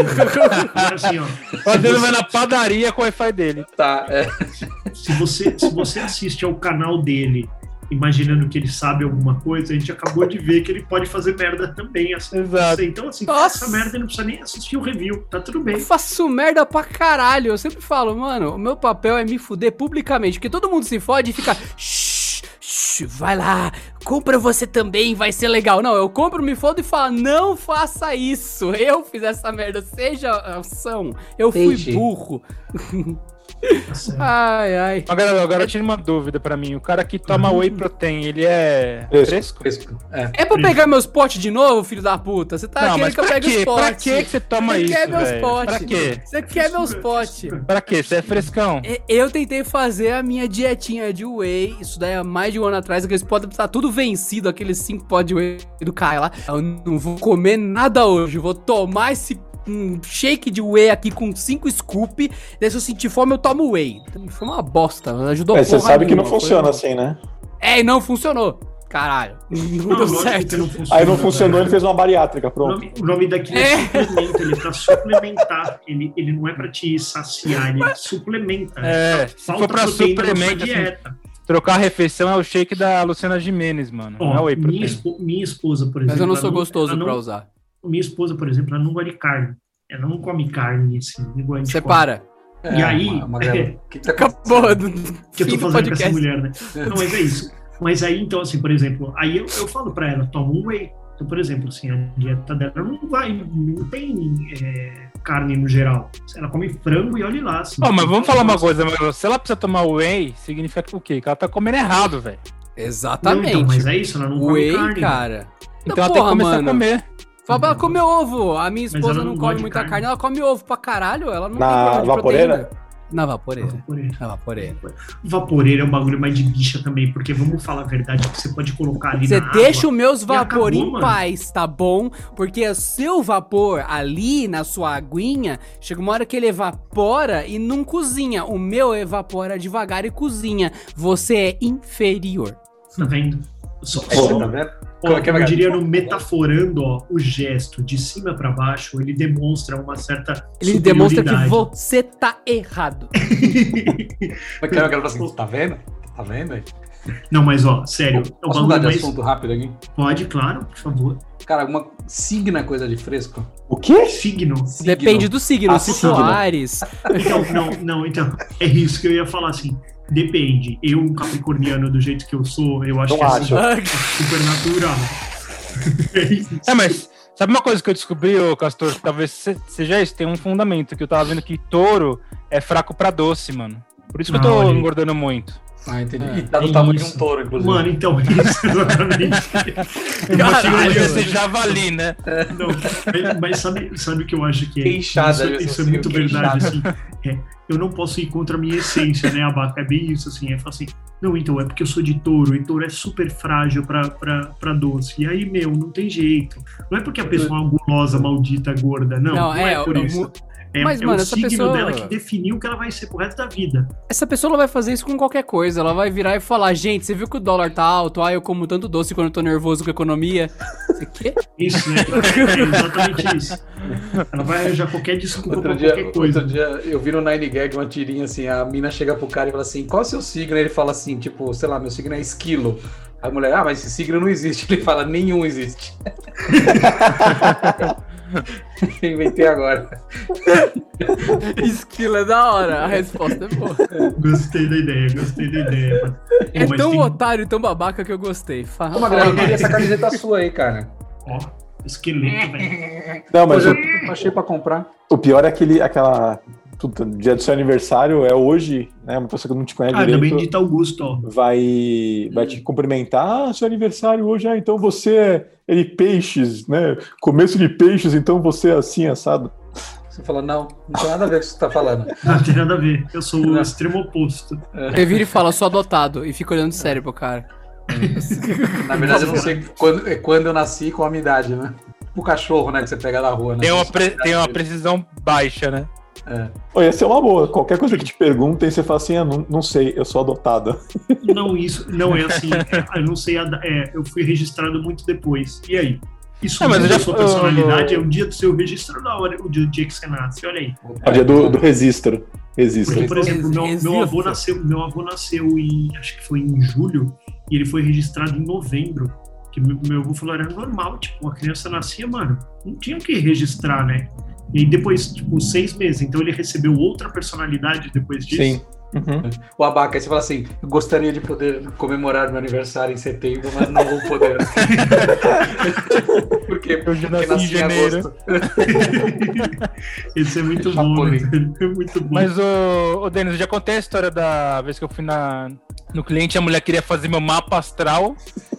Speaker 2: É assim, ó.
Speaker 4: O Adriano vai na padaria com o Wi-Fi dele.
Speaker 3: tá, é.
Speaker 2: se você, se você assiste ao canal dele imaginando que ele sabe alguma coisa, a gente acabou de ver que ele pode fazer merda também. Assim,
Speaker 4: Exato.
Speaker 2: Então, assim,
Speaker 5: Nossa!
Speaker 2: essa merda não precisa nem assistir o review, tá tudo
Speaker 5: Eu
Speaker 2: bem.
Speaker 5: faço merda pra caralho. Eu sempre falo, mano, o meu papel é me fuder publicamente. Porque todo mundo se fode e fica. "Shh, shh, Vai lá, compra você também, vai ser legal. Não, eu compro, me fodo e falo, não faça isso. Eu fiz essa merda, seja ação. Eu fui
Speaker 3: Entendi.
Speaker 5: burro.
Speaker 2: Tá
Speaker 5: Ah,
Speaker 2: certo.
Speaker 5: Ai, ai.
Speaker 4: Agora, agora tira uma dúvida pra mim. O cara que toma whey protein, ele é
Speaker 1: Fresco.
Speaker 4: Uhum. fresco?
Speaker 3: É.
Speaker 5: É pra pegar meus potes de novo, filho da puta? Você tá
Speaker 4: não,
Speaker 5: querendo
Speaker 4: mas
Speaker 5: que eu
Speaker 4: pra
Speaker 5: pegue os
Speaker 4: quê?
Speaker 5: potes?
Speaker 4: Pra quê que você toma
Speaker 5: Você
Speaker 4: isso,
Speaker 5: quer meus
Speaker 4: velho?
Speaker 5: potes?
Speaker 4: Pra quê?
Speaker 5: Você quer
Speaker 2: é
Speaker 5: meus potes?
Speaker 4: Pra quê? Você é frescão?
Speaker 5: E- Eu tentei fazer a minha dietinha de whey, isso daí há mais de um ano atrás, aqueles potes tá tudo vencido, aqueles cinco potes de whey do Caio lá. Eu não vou comer nada hoje, vou tomar esse hum, shake de whey aqui com cinco scoop, daí se eu sentir fome eu tomo whey. Então, Foi uma bosta, não ajudou
Speaker 1: É, você
Speaker 5: porra
Speaker 1: sabe que não
Speaker 5: nenhuma, foi
Speaker 1: funciona
Speaker 5: uma-
Speaker 1: assim, né?
Speaker 5: É, e não funcionou. Caralho, não, deu
Speaker 2: lógico que
Speaker 5: certo.
Speaker 2: não funciona,
Speaker 1: Aí não funcionou,
Speaker 2: velho.
Speaker 1: ele fez uma bariátrica,
Speaker 2: O
Speaker 1: pronto.
Speaker 2: nome, o nome daquilo é,
Speaker 5: É.
Speaker 2: suplemento, ele é pra suplementar. Ele, ele não é pra te saciar, ele suplementa. né?
Speaker 4: É, se
Speaker 2: Falta
Speaker 4: for pra
Speaker 2: proteína na sua
Speaker 4: suplemento, assim,
Speaker 2: dieta.
Speaker 4: trocar a refeição é o shake da Luciana Jimenez, mano.
Speaker 2: Ó,
Speaker 4: não é whey
Speaker 2: minha,
Speaker 4: protein.
Speaker 2: espo- minha esposa, por exemplo.
Speaker 5: Mas eu não
Speaker 2: ela
Speaker 5: sou gostoso
Speaker 2: ela não-
Speaker 5: pra usar.
Speaker 2: Minha esposa, por exemplo, ela não gosta de carne. Ela não come carne, assim, igual a gente come.
Speaker 5: Separa.
Speaker 2: E aí-
Speaker 3: É, uma- uma grana. O que que tá
Speaker 5: Acabou.
Speaker 2: que eu tô
Speaker 5: Fim
Speaker 2: fazendo
Speaker 5: do
Speaker 2: com essa
Speaker 5: podcast.
Speaker 2: mulher, né? Não, mas é isso. Mas aí, então, assim, por exemplo, aí eu, eu falo pra ela, toma um whey. Então, por exemplo, assim, a dieta dela não vai, não tem é, carne no geral. Ela come frango e olha lá. Assim,
Speaker 4: Ó, mas vamos falar uma coisa, mano. Se ela precisa tomar whey, significa que o quê? Que ela tá comendo errado, velho.
Speaker 2: Não, então,
Speaker 5: Exatamente.
Speaker 2: mas é isso, ela não come
Speaker 5: Whey,
Speaker 2: carne.
Speaker 5: cara.
Speaker 4: Então
Speaker 5: Tá
Speaker 4: ela tem que
Speaker 5: porra,
Speaker 4: começar
Speaker 5: mano.
Speaker 4: a comer.
Speaker 5: Fala pra ela comer ovo. A minha
Speaker 2: Mas
Speaker 5: esposa
Speaker 2: ela
Speaker 5: não,
Speaker 2: não gosta
Speaker 5: come
Speaker 2: de
Speaker 5: muita carne.
Speaker 2: carne.
Speaker 5: ela come ovo pra caralho. Ela não
Speaker 1: Na
Speaker 5: tem problema de
Speaker 1: vaporeira?
Speaker 5: proteína. Na vaporeira.
Speaker 2: Vaporeira.
Speaker 5: Na vaporeira.
Speaker 2: Vaporeira é um bagulho mais de bicha também, porque vamos falar a verdade, que você pode colocar ali
Speaker 5: Você
Speaker 2: na
Speaker 5: deixa
Speaker 2: água.
Speaker 5: os meus
Speaker 2: E
Speaker 5: vapor
Speaker 2: acabou,
Speaker 5: em
Speaker 2: mano.
Speaker 5: paz, tá bom? Porque o seu vapor ali na sua aguinha, chega uma hora que ele evapora e não cozinha. O meu evapora devagar e cozinha. Você é inferior.
Speaker 2: Tá vendo? Só,
Speaker 3: É,
Speaker 2: só-
Speaker 3: você tá vendo?
Speaker 2: Ó,
Speaker 3: Como é que é,
Speaker 2: eu
Speaker 3: Magali?
Speaker 2: diria no metaforando, ó, o gesto de cima pra baixo, ele demonstra uma certa
Speaker 5: Ele demonstra que
Speaker 2: superioridade.
Speaker 5: você tá errado.
Speaker 3: Como é que é? Eu quero falar assim, "Você tá vendo? Tá vendo? aí?"
Speaker 2: Não, mas ó, sério, é o
Speaker 3: Posso mudar
Speaker 2: bagulho
Speaker 3: de
Speaker 2: mais...
Speaker 3: assunto rápido aqui?
Speaker 2: Pode, claro, por favor.
Speaker 3: Cara, alguma signa coisa de fresco?
Speaker 1: O quê?
Speaker 2: Signo.
Speaker 3: Signo.
Speaker 5: Depende do signo.
Speaker 1: Ah,
Speaker 5: Se
Speaker 1: signo.
Speaker 5: for Ares,
Speaker 2: Então, não, não, então, é isso que eu ia falar, assim, depende. Eu, um capricorniano do jeito que eu sou, eu acho
Speaker 1: Não
Speaker 2: que
Speaker 1: acho.
Speaker 2: é supernatural. É isso.
Speaker 4: É, mas sabe uma coisa que eu descobri, ô Castor? Que talvez se- seja isso, tem um fundamento, que eu tava vendo que touro é fraco pra doce, mano. Por isso que eu
Speaker 2: Ah,
Speaker 4: tô
Speaker 2: olha aí.
Speaker 4: engordando muito.
Speaker 3: Ah, entendi.
Speaker 5: É,
Speaker 3: E tá do
Speaker 2: é
Speaker 3: tamanho de
Speaker 2: isso.
Speaker 3: um touro, inclusive.
Speaker 2: Mano, então, é isso, exatamente.
Speaker 4: Caralho,
Speaker 2: mano.
Speaker 4: esse javali, né?
Speaker 2: Não, mas- mas sabe, sabe o que eu acho que é?
Speaker 3: Queixada, eu
Speaker 2: isso, isso é
Speaker 3: associo
Speaker 2: muito
Speaker 3: queixada.
Speaker 2: verdade, assim. É, eu não posso ir contra a minha essência, né, Abaca? É bem isso, assim. É falar assim, não, então, é porque eu sou de touro, e touro é super frágil pra, pra, pra doce. E aí, meu, não tem jeito. Não é porque a pessoa é uma gulosa, maldita, gorda, não.
Speaker 5: Não,
Speaker 2: Não, é,
Speaker 5: é,
Speaker 2: por
Speaker 5: eu-
Speaker 2: isso. É,
Speaker 5: Mas,
Speaker 2: é
Speaker 5: mano,
Speaker 2: o
Speaker 5: essa
Speaker 2: signo
Speaker 5: pessoa-
Speaker 2: dela que definiu o que ela vai ser pro resto da vida.
Speaker 5: Essa pessoa não vai fazer isso com qualquer coisa. Ela vai virar e falar: gente, você viu que o dólar tá alto? Ah, eu como tanto doce quando eu tô nervoso com a economia. Você quê?
Speaker 2: Isso, né? É exatamente isso. Ela vai arranjar qualquer desculpa
Speaker 3: Outro
Speaker 2: pra
Speaker 3: dia,
Speaker 2: qualquer coisa.
Speaker 3: outro dia eu vi no Nine Gag uma tirinha assim, a mina chega pro cara e fala assim, qual é o seu signo? Ele fala assim, tipo, sei lá, meu signo é esquilo. A mulher, ah, mas esse signo não existe. Ele fala, nenhum existe. Inventei agora.
Speaker 5: Esquilo é da hora. A resposta é boa.
Speaker 2: Gostei da ideia, gostei da ideia.
Speaker 5: É
Speaker 2: Pô, mas
Speaker 5: tão
Speaker 2: tem-
Speaker 5: otário e tão babaca que eu gostei. Fala.
Speaker 3: Toma, galera, eu queria essa camiseta sua aí, cara.
Speaker 2: Ó, esqueleto, velho.
Speaker 1: Não, mas
Speaker 3: Mas
Speaker 1: o,
Speaker 3: eu achei Tá pra comprar.
Speaker 1: o pior é aquele, aquela. Puta, dia do seu aniversário é hoje, né? Uma pessoa que não te conhece
Speaker 2: Ah, também
Speaker 1: direito.
Speaker 2: dita Augusto, ó.
Speaker 1: Vai, vai te cumprimentar. Ah, seu aniversário hoje, ah, então você é ele peixes, né? Começo de peixes, então você é assim, assado.
Speaker 3: Você fala, não, não tem nada a ver com o que você tá falando.
Speaker 2: Não tem nada a ver. Eu sou o extremo oposto.
Speaker 5: Ele vira e fala, sou adotado. E fica olhando sério pro cara.
Speaker 3: Na verdade, eu não sei quando, é quando eu nasci com a minha idade, né? O cachorro, né, que você pega na rua, né?
Speaker 4: Tem uma, pre- tem uma precisão baixa, né?
Speaker 1: Ô, Essa é uma boa. Qualquer coisa que te perguntem, você fala assim: ah, não, não sei, eu sou adotada.
Speaker 2: Não, isso não é assim. é, eu não sei. a da- é, eu fui registrado muito depois. E aí? Isso
Speaker 4: Ah, mas
Speaker 2: muda
Speaker 4: eu já-
Speaker 2: a sua personalidade. É o dia do seu registro na hora, o dia, o dia que você nasce. Olha aí.
Speaker 1: É o dia do, do registro. Registro.
Speaker 2: Porque, por exemplo, meu, meu, avô
Speaker 5: Registro.
Speaker 2: nasceu, meu avô nasceu em. Acho que foi em julho. E ele foi registrado em novembro. Que meu, meu avô falou: era normal. Tipo, a criança nascia, mano. Não tinha o que registrar, né? E aí depois, tipo, seis meses. Então ele recebeu outra personalidade depois disso.
Speaker 1: Sim. Uhum.
Speaker 3: O abaca, aí você fala assim, eu gostaria de poder comemorar meu aniversário em setembro, mas não vou poder. Por quê?
Speaker 4: Eu já
Speaker 3: Porque
Speaker 4: nasci em janeiro.
Speaker 3: agosto.
Speaker 2: Esse é muito bom, né?
Speaker 3: Chapolin.
Speaker 2: É muito bom.
Speaker 4: Mas, ô, ô Denis, eu já contei a história da vez que eu fui na, no cliente, a mulher queria fazer meu mapa astral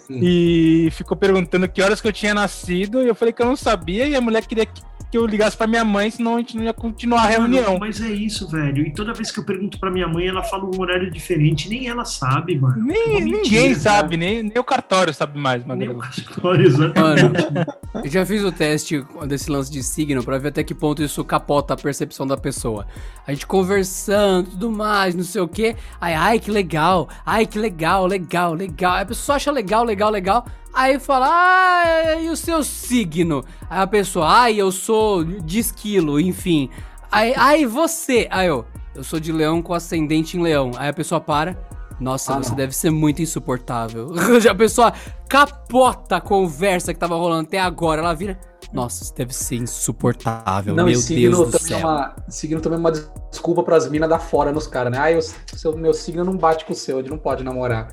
Speaker 4: e ficou perguntando que horas que eu tinha nascido, e eu falei que eu não sabia, e a mulher queria que, que eu ligasse pra minha mãe, senão a gente não ia continuar a reunião.
Speaker 2: Mano, mas é isso, velho. E toda vez que eu pergunto pra minha mãe, ela fala um horário diferente. Nem ela sabe, mano.
Speaker 4: Nem,
Speaker 2: Mentira,
Speaker 4: ninguém
Speaker 2: né?
Speaker 4: sabe, nem, nem o cartório sabe mais,
Speaker 2: Nem o
Speaker 4: mano.
Speaker 2: Castório, exatamente.
Speaker 5: Mano, eu já fiz o teste desse lance de signo pra ver até que ponto isso capota a percepção da pessoa. A gente conversando, tudo mais, não sei o quê. Aí, ai, que legal. Ai, que legal, legal, legal. Aí a pessoa acha legal, legal, legal. Aí fala, ah, e o seu signo? Aí a pessoa, ai, eu sou de esquilo, enfim. Aí, ai, você? Aí eu, eu sou de leão com ascendente em leão. Aí a pessoa para. Nossa,
Speaker 3: Ah,
Speaker 5: você
Speaker 3: não.
Speaker 5: deve ser muito insuportável. Já a pessoa capota a conversa que tava rolando até agora. Ela vira. Nossa, isso deve ser insuportável.
Speaker 3: Não, e
Speaker 5: meu
Speaker 3: signo
Speaker 5: Deus do
Speaker 3: também, é
Speaker 5: céu.
Speaker 3: uma, signo também é uma desculpa pras minas dar fora nos caras, né? Ah, eu, seu, meu signo não bate com o seu, ele não pode namorar.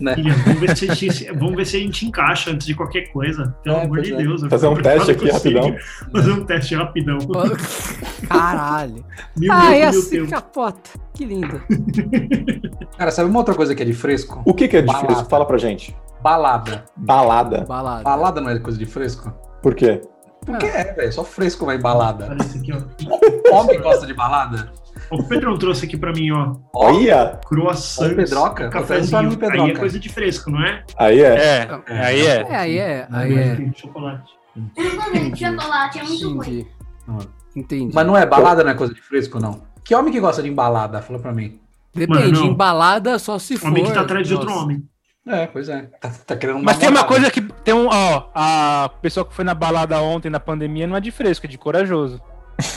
Speaker 3: né?
Speaker 2: Filha, vamos, ver se a gente, vamos ver se a gente encaixa antes de qualquer coisa. Pelo
Speaker 3: É,
Speaker 2: amor
Speaker 3: pois
Speaker 2: de
Speaker 3: é.
Speaker 2: Deus. eu
Speaker 1: Fazer um
Speaker 2: fico preocupado
Speaker 1: teste aqui
Speaker 2: com o
Speaker 1: rapidão.
Speaker 2: signo. Fazer um teste rapidão.
Speaker 5: Caralho.
Speaker 2: Meu,
Speaker 5: ah,
Speaker 2: meu,
Speaker 5: é
Speaker 2: meu
Speaker 5: assim
Speaker 2: Deus.
Speaker 5: que capota. Que linda.
Speaker 3: Cara, sabe uma outra coisa que é de fresco?
Speaker 1: O que, que é de
Speaker 3: Balada.
Speaker 1: fresco? Fala pra gente.
Speaker 3: Balada.
Speaker 1: Balada.
Speaker 5: Balada.
Speaker 3: Balada não é coisa de fresco?
Speaker 1: Por quê?
Speaker 3: Porque é, velho, só fresco vai em balada.
Speaker 2: Olha isso aqui, ó.
Speaker 3: Homem gosta de balada?
Speaker 2: Ó, O Pedrão trouxe aqui pra mim, ó.
Speaker 1: Olha!
Speaker 2: Croissant.
Speaker 3: Ô, Pedroca,
Speaker 2: Cafezinho.
Speaker 3: eu tô perguntando pra mim,
Speaker 2: Aí é
Speaker 3: Pedroca.
Speaker 2: coisa de fresco, não é?
Speaker 1: Aí é.
Speaker 4: É, aí é.
Speaker 5: É, aí é. Aí é.
Speaker 2: Tem Chocolate.
Speaker 8: Exatamente, chocolate é muito ruim.
Speaker 5: Entendi. Entendi.
Speaker 3: Mas não é balada, não é coisa de fresco, não. Que homem que gosta de embalada? Fala pra mim.
Speaker 5: Depende,
Speaker 2: Mano, não.
Speaker 5: embalada só se for.
Speaker 2: Homem que tá atrás de outro
Speaker 5: Nossa.
Speaker 2: homem.
Speaker 3: É, pois é. Tá, tá querendo
Speaker 4: Mas tem uma
Speaker 3: namorada.
Speaker 4: coisa que tem um, ó, a pessoa que foi na balada ontem na pandemia não é de fresco, é de corajoso.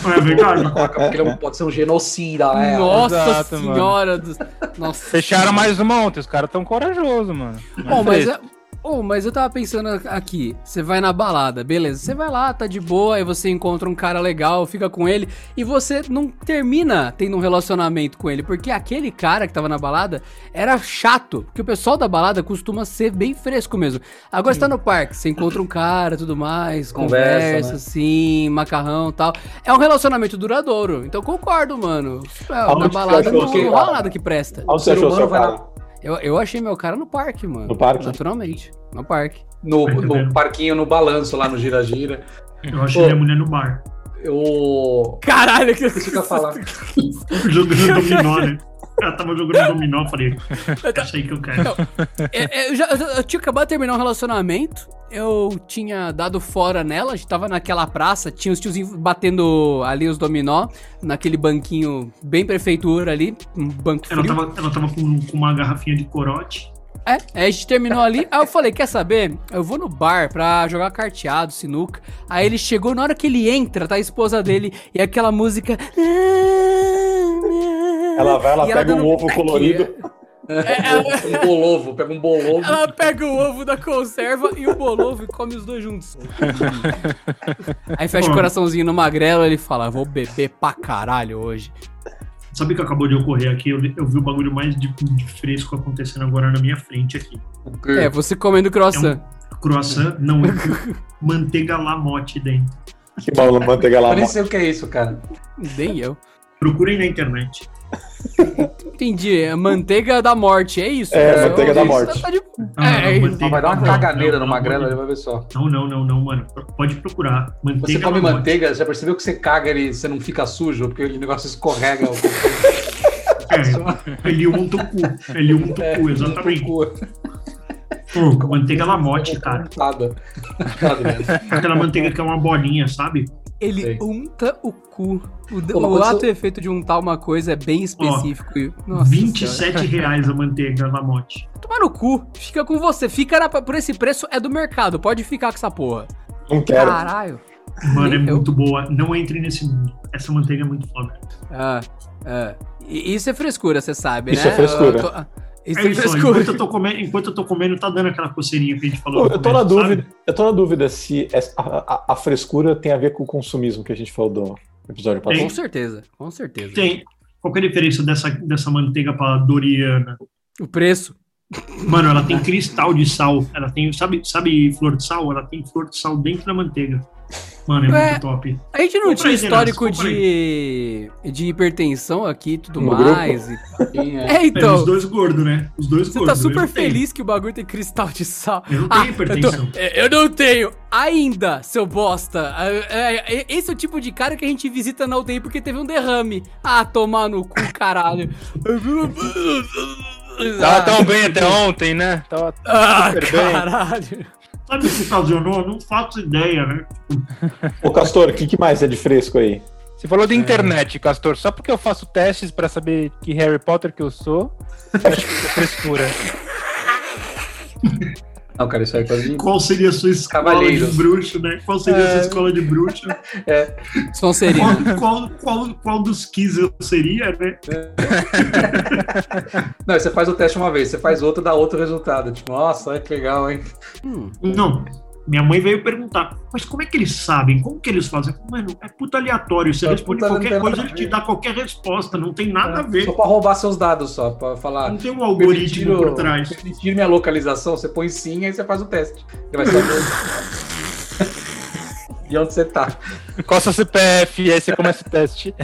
Speaker 2: Não é verdade?
Speaker 3: Coloca, porque ele é um- pode ser um genocida, né?
Speaker 5: Nossa
Speaker 4: Exato, mano.
Speaker 5: senhora do... Nossa.
Speaker 4: Fecharam mais uma ontem, os caras tão corajosos, mano. Não é
Speaker 5: Bom, mas,
Speaker 4: fresco.
Speaker 5: é- Ô, mas eu tava pensando aqui, você vai na balada, beleza, você vai lá, tá de boa, aí você encontra um cara legal, fica com ele, e você não termina tendo um relacionamento com ele, porque aquele cara que tava na balada era chato, porque o pessoal da balada costuma ser bem fresco mesmo. Agora você tá no parque, você encontra um cara, tudo mais,
Speaker 3: Conversa,
Speaker 5: conversa,
Speaker 3: né?
Speaker 5: assim, macarrão e tal. É um relacionamento duradouro, então concordo, mano. É, Na
Speaker 1: Aonde você
Speaker 5: balada
Speaker 1: achou
Speaker 5: não,
Speaker 1: que- tá?
Speaker 5: não rola nada que presta.
Speaker 1: Onde você
Speaker 3: ser
Speaker 1: achou o seu
Speaker 3: humano vai
Speaker 1: cara?
Speaker 5: Eu, eu achei meu cara no parque, mano.
Speaker 1: No parque?
Speaker 5: Naturalmente, no parque.
Speaker 3: No, no parquinho, no balanço, lá no gira-gira.
Speaker 2: Eu achei a é mulher no bar.
Speaker 3: Eu...
Speaker 5: Caralho, que
Speaker 3: Isso que eu ia falar.
Speaker 2: Jogando dominó, né? Ela tava jogando dominó, eu falei, achei que eu quero.
Speaker 5: É, é, eu, já, eu, eu tinha acabado de terminar um relacionamento. Eu tinha dado fora nela, a gente tava naquela praça, tinha os tiozinhos batendo ali os dominó, naquele banquinho bem prefeitura ali, um banco
Speaker 2: Ela
Speaker 5: frio.
Speaker 2: tava, ela tava com, com uma garrafinha de corote.
Speaker 5: É, aí a gente terminou ali, aí eu falei, quer saber? Eu vou no bar pra jogar carteado, sinuca. Aí ele chegou, na hora que ele entra, tá a esposa dele, e aquela música...
Speaker 1: Ela vai, ela
Speaker 5: E
Speaker 1: pega um
Speaker 5: dando
Speaker 1: ovo
Speaker 5: peck.
Speaker 1: colorido.
Speaker 4: É,
Speaker 3: Um bolovo, pega um bolovo.
Speaker 5: Ela pega o ovo da conserva e o bolovo e come os dois juntos. Aí fecha o coraçãozinho no magrelo e ele fala: Vou beber pra caralho hoje.
Speaker 2: Sabe o que acabou de ocorrer aqui? Eu, eu vi o bagulho mais de, de fresco acontecendo agora na minha frente aqui.
Speaker 5: É, você comendo croissant.
Speaker 2: Croissant, não, é manteiga lamote dentro.
Speaker 1: Que mal manteiga lá.
Speaker 3: Eu nem sei o que é isso, cara.
Speaker 5: Nem eu.
Speaker 2: Procurem na internet.
Speaker 5: Entendi. É manteiga da morte, é isso?
Speaker 1: É,
Speaker 5: Você
Speaker 1: manteiga da
Speaker 5: ouve isso,
Speaker 1: morte.
Speaker 5: tá de-
Speaker 2: Ah, Não,
Speaker 5: É, é isso.
Speaker 2: manteiga-
Speaker 3: vai dar uma
Speaker 2: não, não,
Speaker 3: caganeira no
Speaker 2: não,
Speaker 3: magrelo,
Speaker 2: não,
Speaker 3: ele vai ver só.
Speaker 2: Não, não, não, não, mano. Pro- Pode procurar. Manteiga
Speaker 3: Você come
Speaker 2: lamote.
Speaker 3: manteiga, já percebeu que você caga e você não fica sujo, porque o negócio escorrega. o-
Speaker 2: É, ele unta o cu. Ele unta o cu, exatamente.
Speaker 3: É, o cu.
Speaker 2: Pô, manteiga lamote, cara.
Speaker 3: Nada. Nada mesmo.
Speaker 2: Aquela manteiga que é uma bolinha, sabe?
Speaker 5: Ele
Speaker 3: Sei.
Speaker 5: unta o cu. O, d-
Speaker 3: Pô, mas
Speaker 5: o
Speaker 3: quando
Speaker 5: ato
Speaker 3: você-
Speaker 5: efeito de untar uma coisa é bem específico. e- Nossa 27.
Speaker 2: 27 reais a manteiga lamote.
Speaker 5: Tomar no cu. Fica com você. Fica na- por esse preço, é do mercado. Pode ficar com essa porra.
Speaker 1: Não quero.
Speaker 5: Caralho.
Speaker 2: Mano, é
Speaker 5: Eu-
Speaker 2: muito boa. Não entre nesse mundo. Essa manteiga é muito foda.
Speaker 5: Ah, ah. E- Isso é frescura, você sabe,
Speaker 1: Isso
Speaker 5: né?
Speaker 1: é frescura.
Speaker 5: Eu tô- Isso
Speaker 2: É
Speaker 5: é,
Speaker 2: isso, ó,
Speaker 5: frescura.
Speaker 2: enquanto, eu tô comendo, enquanto eu tô comendo, tá dando aquela coceirinha que a gente falou.
Speaker 1: Pô,
Speaker 2: no
Speaker 1: Eu tô na
Speaker 2: começo, sabe?
Speaker 1: dúvida, eu tô na dúvida se essa- a, a- a frescura tem a ver com o consumismo que a gente falou do episódio
Speaker 5: Com
Speaker 1: passado.
Speaker 5: certeza, com certeza.
Speaker 2: Tem. Qual que é a diferença dessa, dessa manteiga pra Doriana?
Speaker 5: O preço.
Speaker 2: Mano, ela tem cristal de sal. Ela tem, sabe, sabe flor de sal? Ela tem flor de sal dentro da manteiga. Mano, é,
Speaker 5: É.
Speaker 2: muito top.
Speaker 5: A gente não
Speaker 2: Compra
Speaker 5: tinha
Speaker 2: aí,
Speaker 5: histórico
Speaker 2: Renato, compra
Speaker 5: de, de hipertensão aqui e tudo
Speaker 1: No
Speaker 5: mais. e-
Speaker 3: Sim, é.
Speaker 5: É,
Speaker 2: Então, os
Speaker 5: então.
Speaker 2: dois gordos, né? Os dois
Speaker 5: Você tá
Speaker 2: gordos. eu
Speaker 5: super
Speaker 2: não tenho.
Speaker 5: feliz que o bagulho tem cristal de sal.
Speaker 2: Eu não tenho hipertensão.
Speaker 5: Ah, Eu, tô- é, eu não tenho ainda, seu bosta. É, é, é, Esse é o tipo de cara que a gente visita na UTI porque teve um derrame. Ah, tomar no cu, caralho. é
Speaker 4: Tava tão bem até ontem, né? Tava Tá.
Speaker 5: Ah,
Speaker 4: super bem.
Speaker 5: caralho.
Speaker 2: Sabe o que ocasionou? Não faço ideia, né?
Speaker 1: Ô Castor, o que, que mais é de fresco aí?
Speaker 4: Você falou da internet, Castor. Só porque eu faço testes pra saber que Harry Potter que eu sou, eu acho que isso é frescura.
Speaker 3: Não, cara, isso aí é coisa de.
Speaker 2: Qual seria a sua escola
Speaker 3: Cavaleiros.
Speaker 2: de bruxo, né? Qual seria
Speaker 5: É.
Speaker 2: a sua escola de bruxo?
Speaker 5: Sonserina.
Speaker 2: Qual, qual, qual, qual dos 15 eu seria, né?
Speaker 3: Não, você faz o teste uma vez, você faz outro, dá outro resultado. Tipo, nossa, olha que legal, hein?
Speaker 5: Hum,
Speaker 2: Não. Minha mãe veio perguntar, mas como é que eles sabem? Como que eles fazem? Mano, é puta aleatório. Você
Speaker 3: É
Speaker 2: responde
Speaker 3: puta
Speaker 2: qualquer
Speaker 3: aleatório. É.
Speaker 2: coisa, ele te dá qualquer resposta. Não tem nada a ver.
Speaker 3: Só pra roubar seus dados, só, pra falar.
Speaker 2: Não tem um
Speaker 3: permitir
Speaker 2: algoritmo
Speaker 3: o-
Speaker 2: por trás.
Speaker 3: permitir minha localização, você põe sim, aí você faz o teste. Você vai saber. De onde você tá?
Speaker 4: Qual seu CPF? E aí você começa o teste.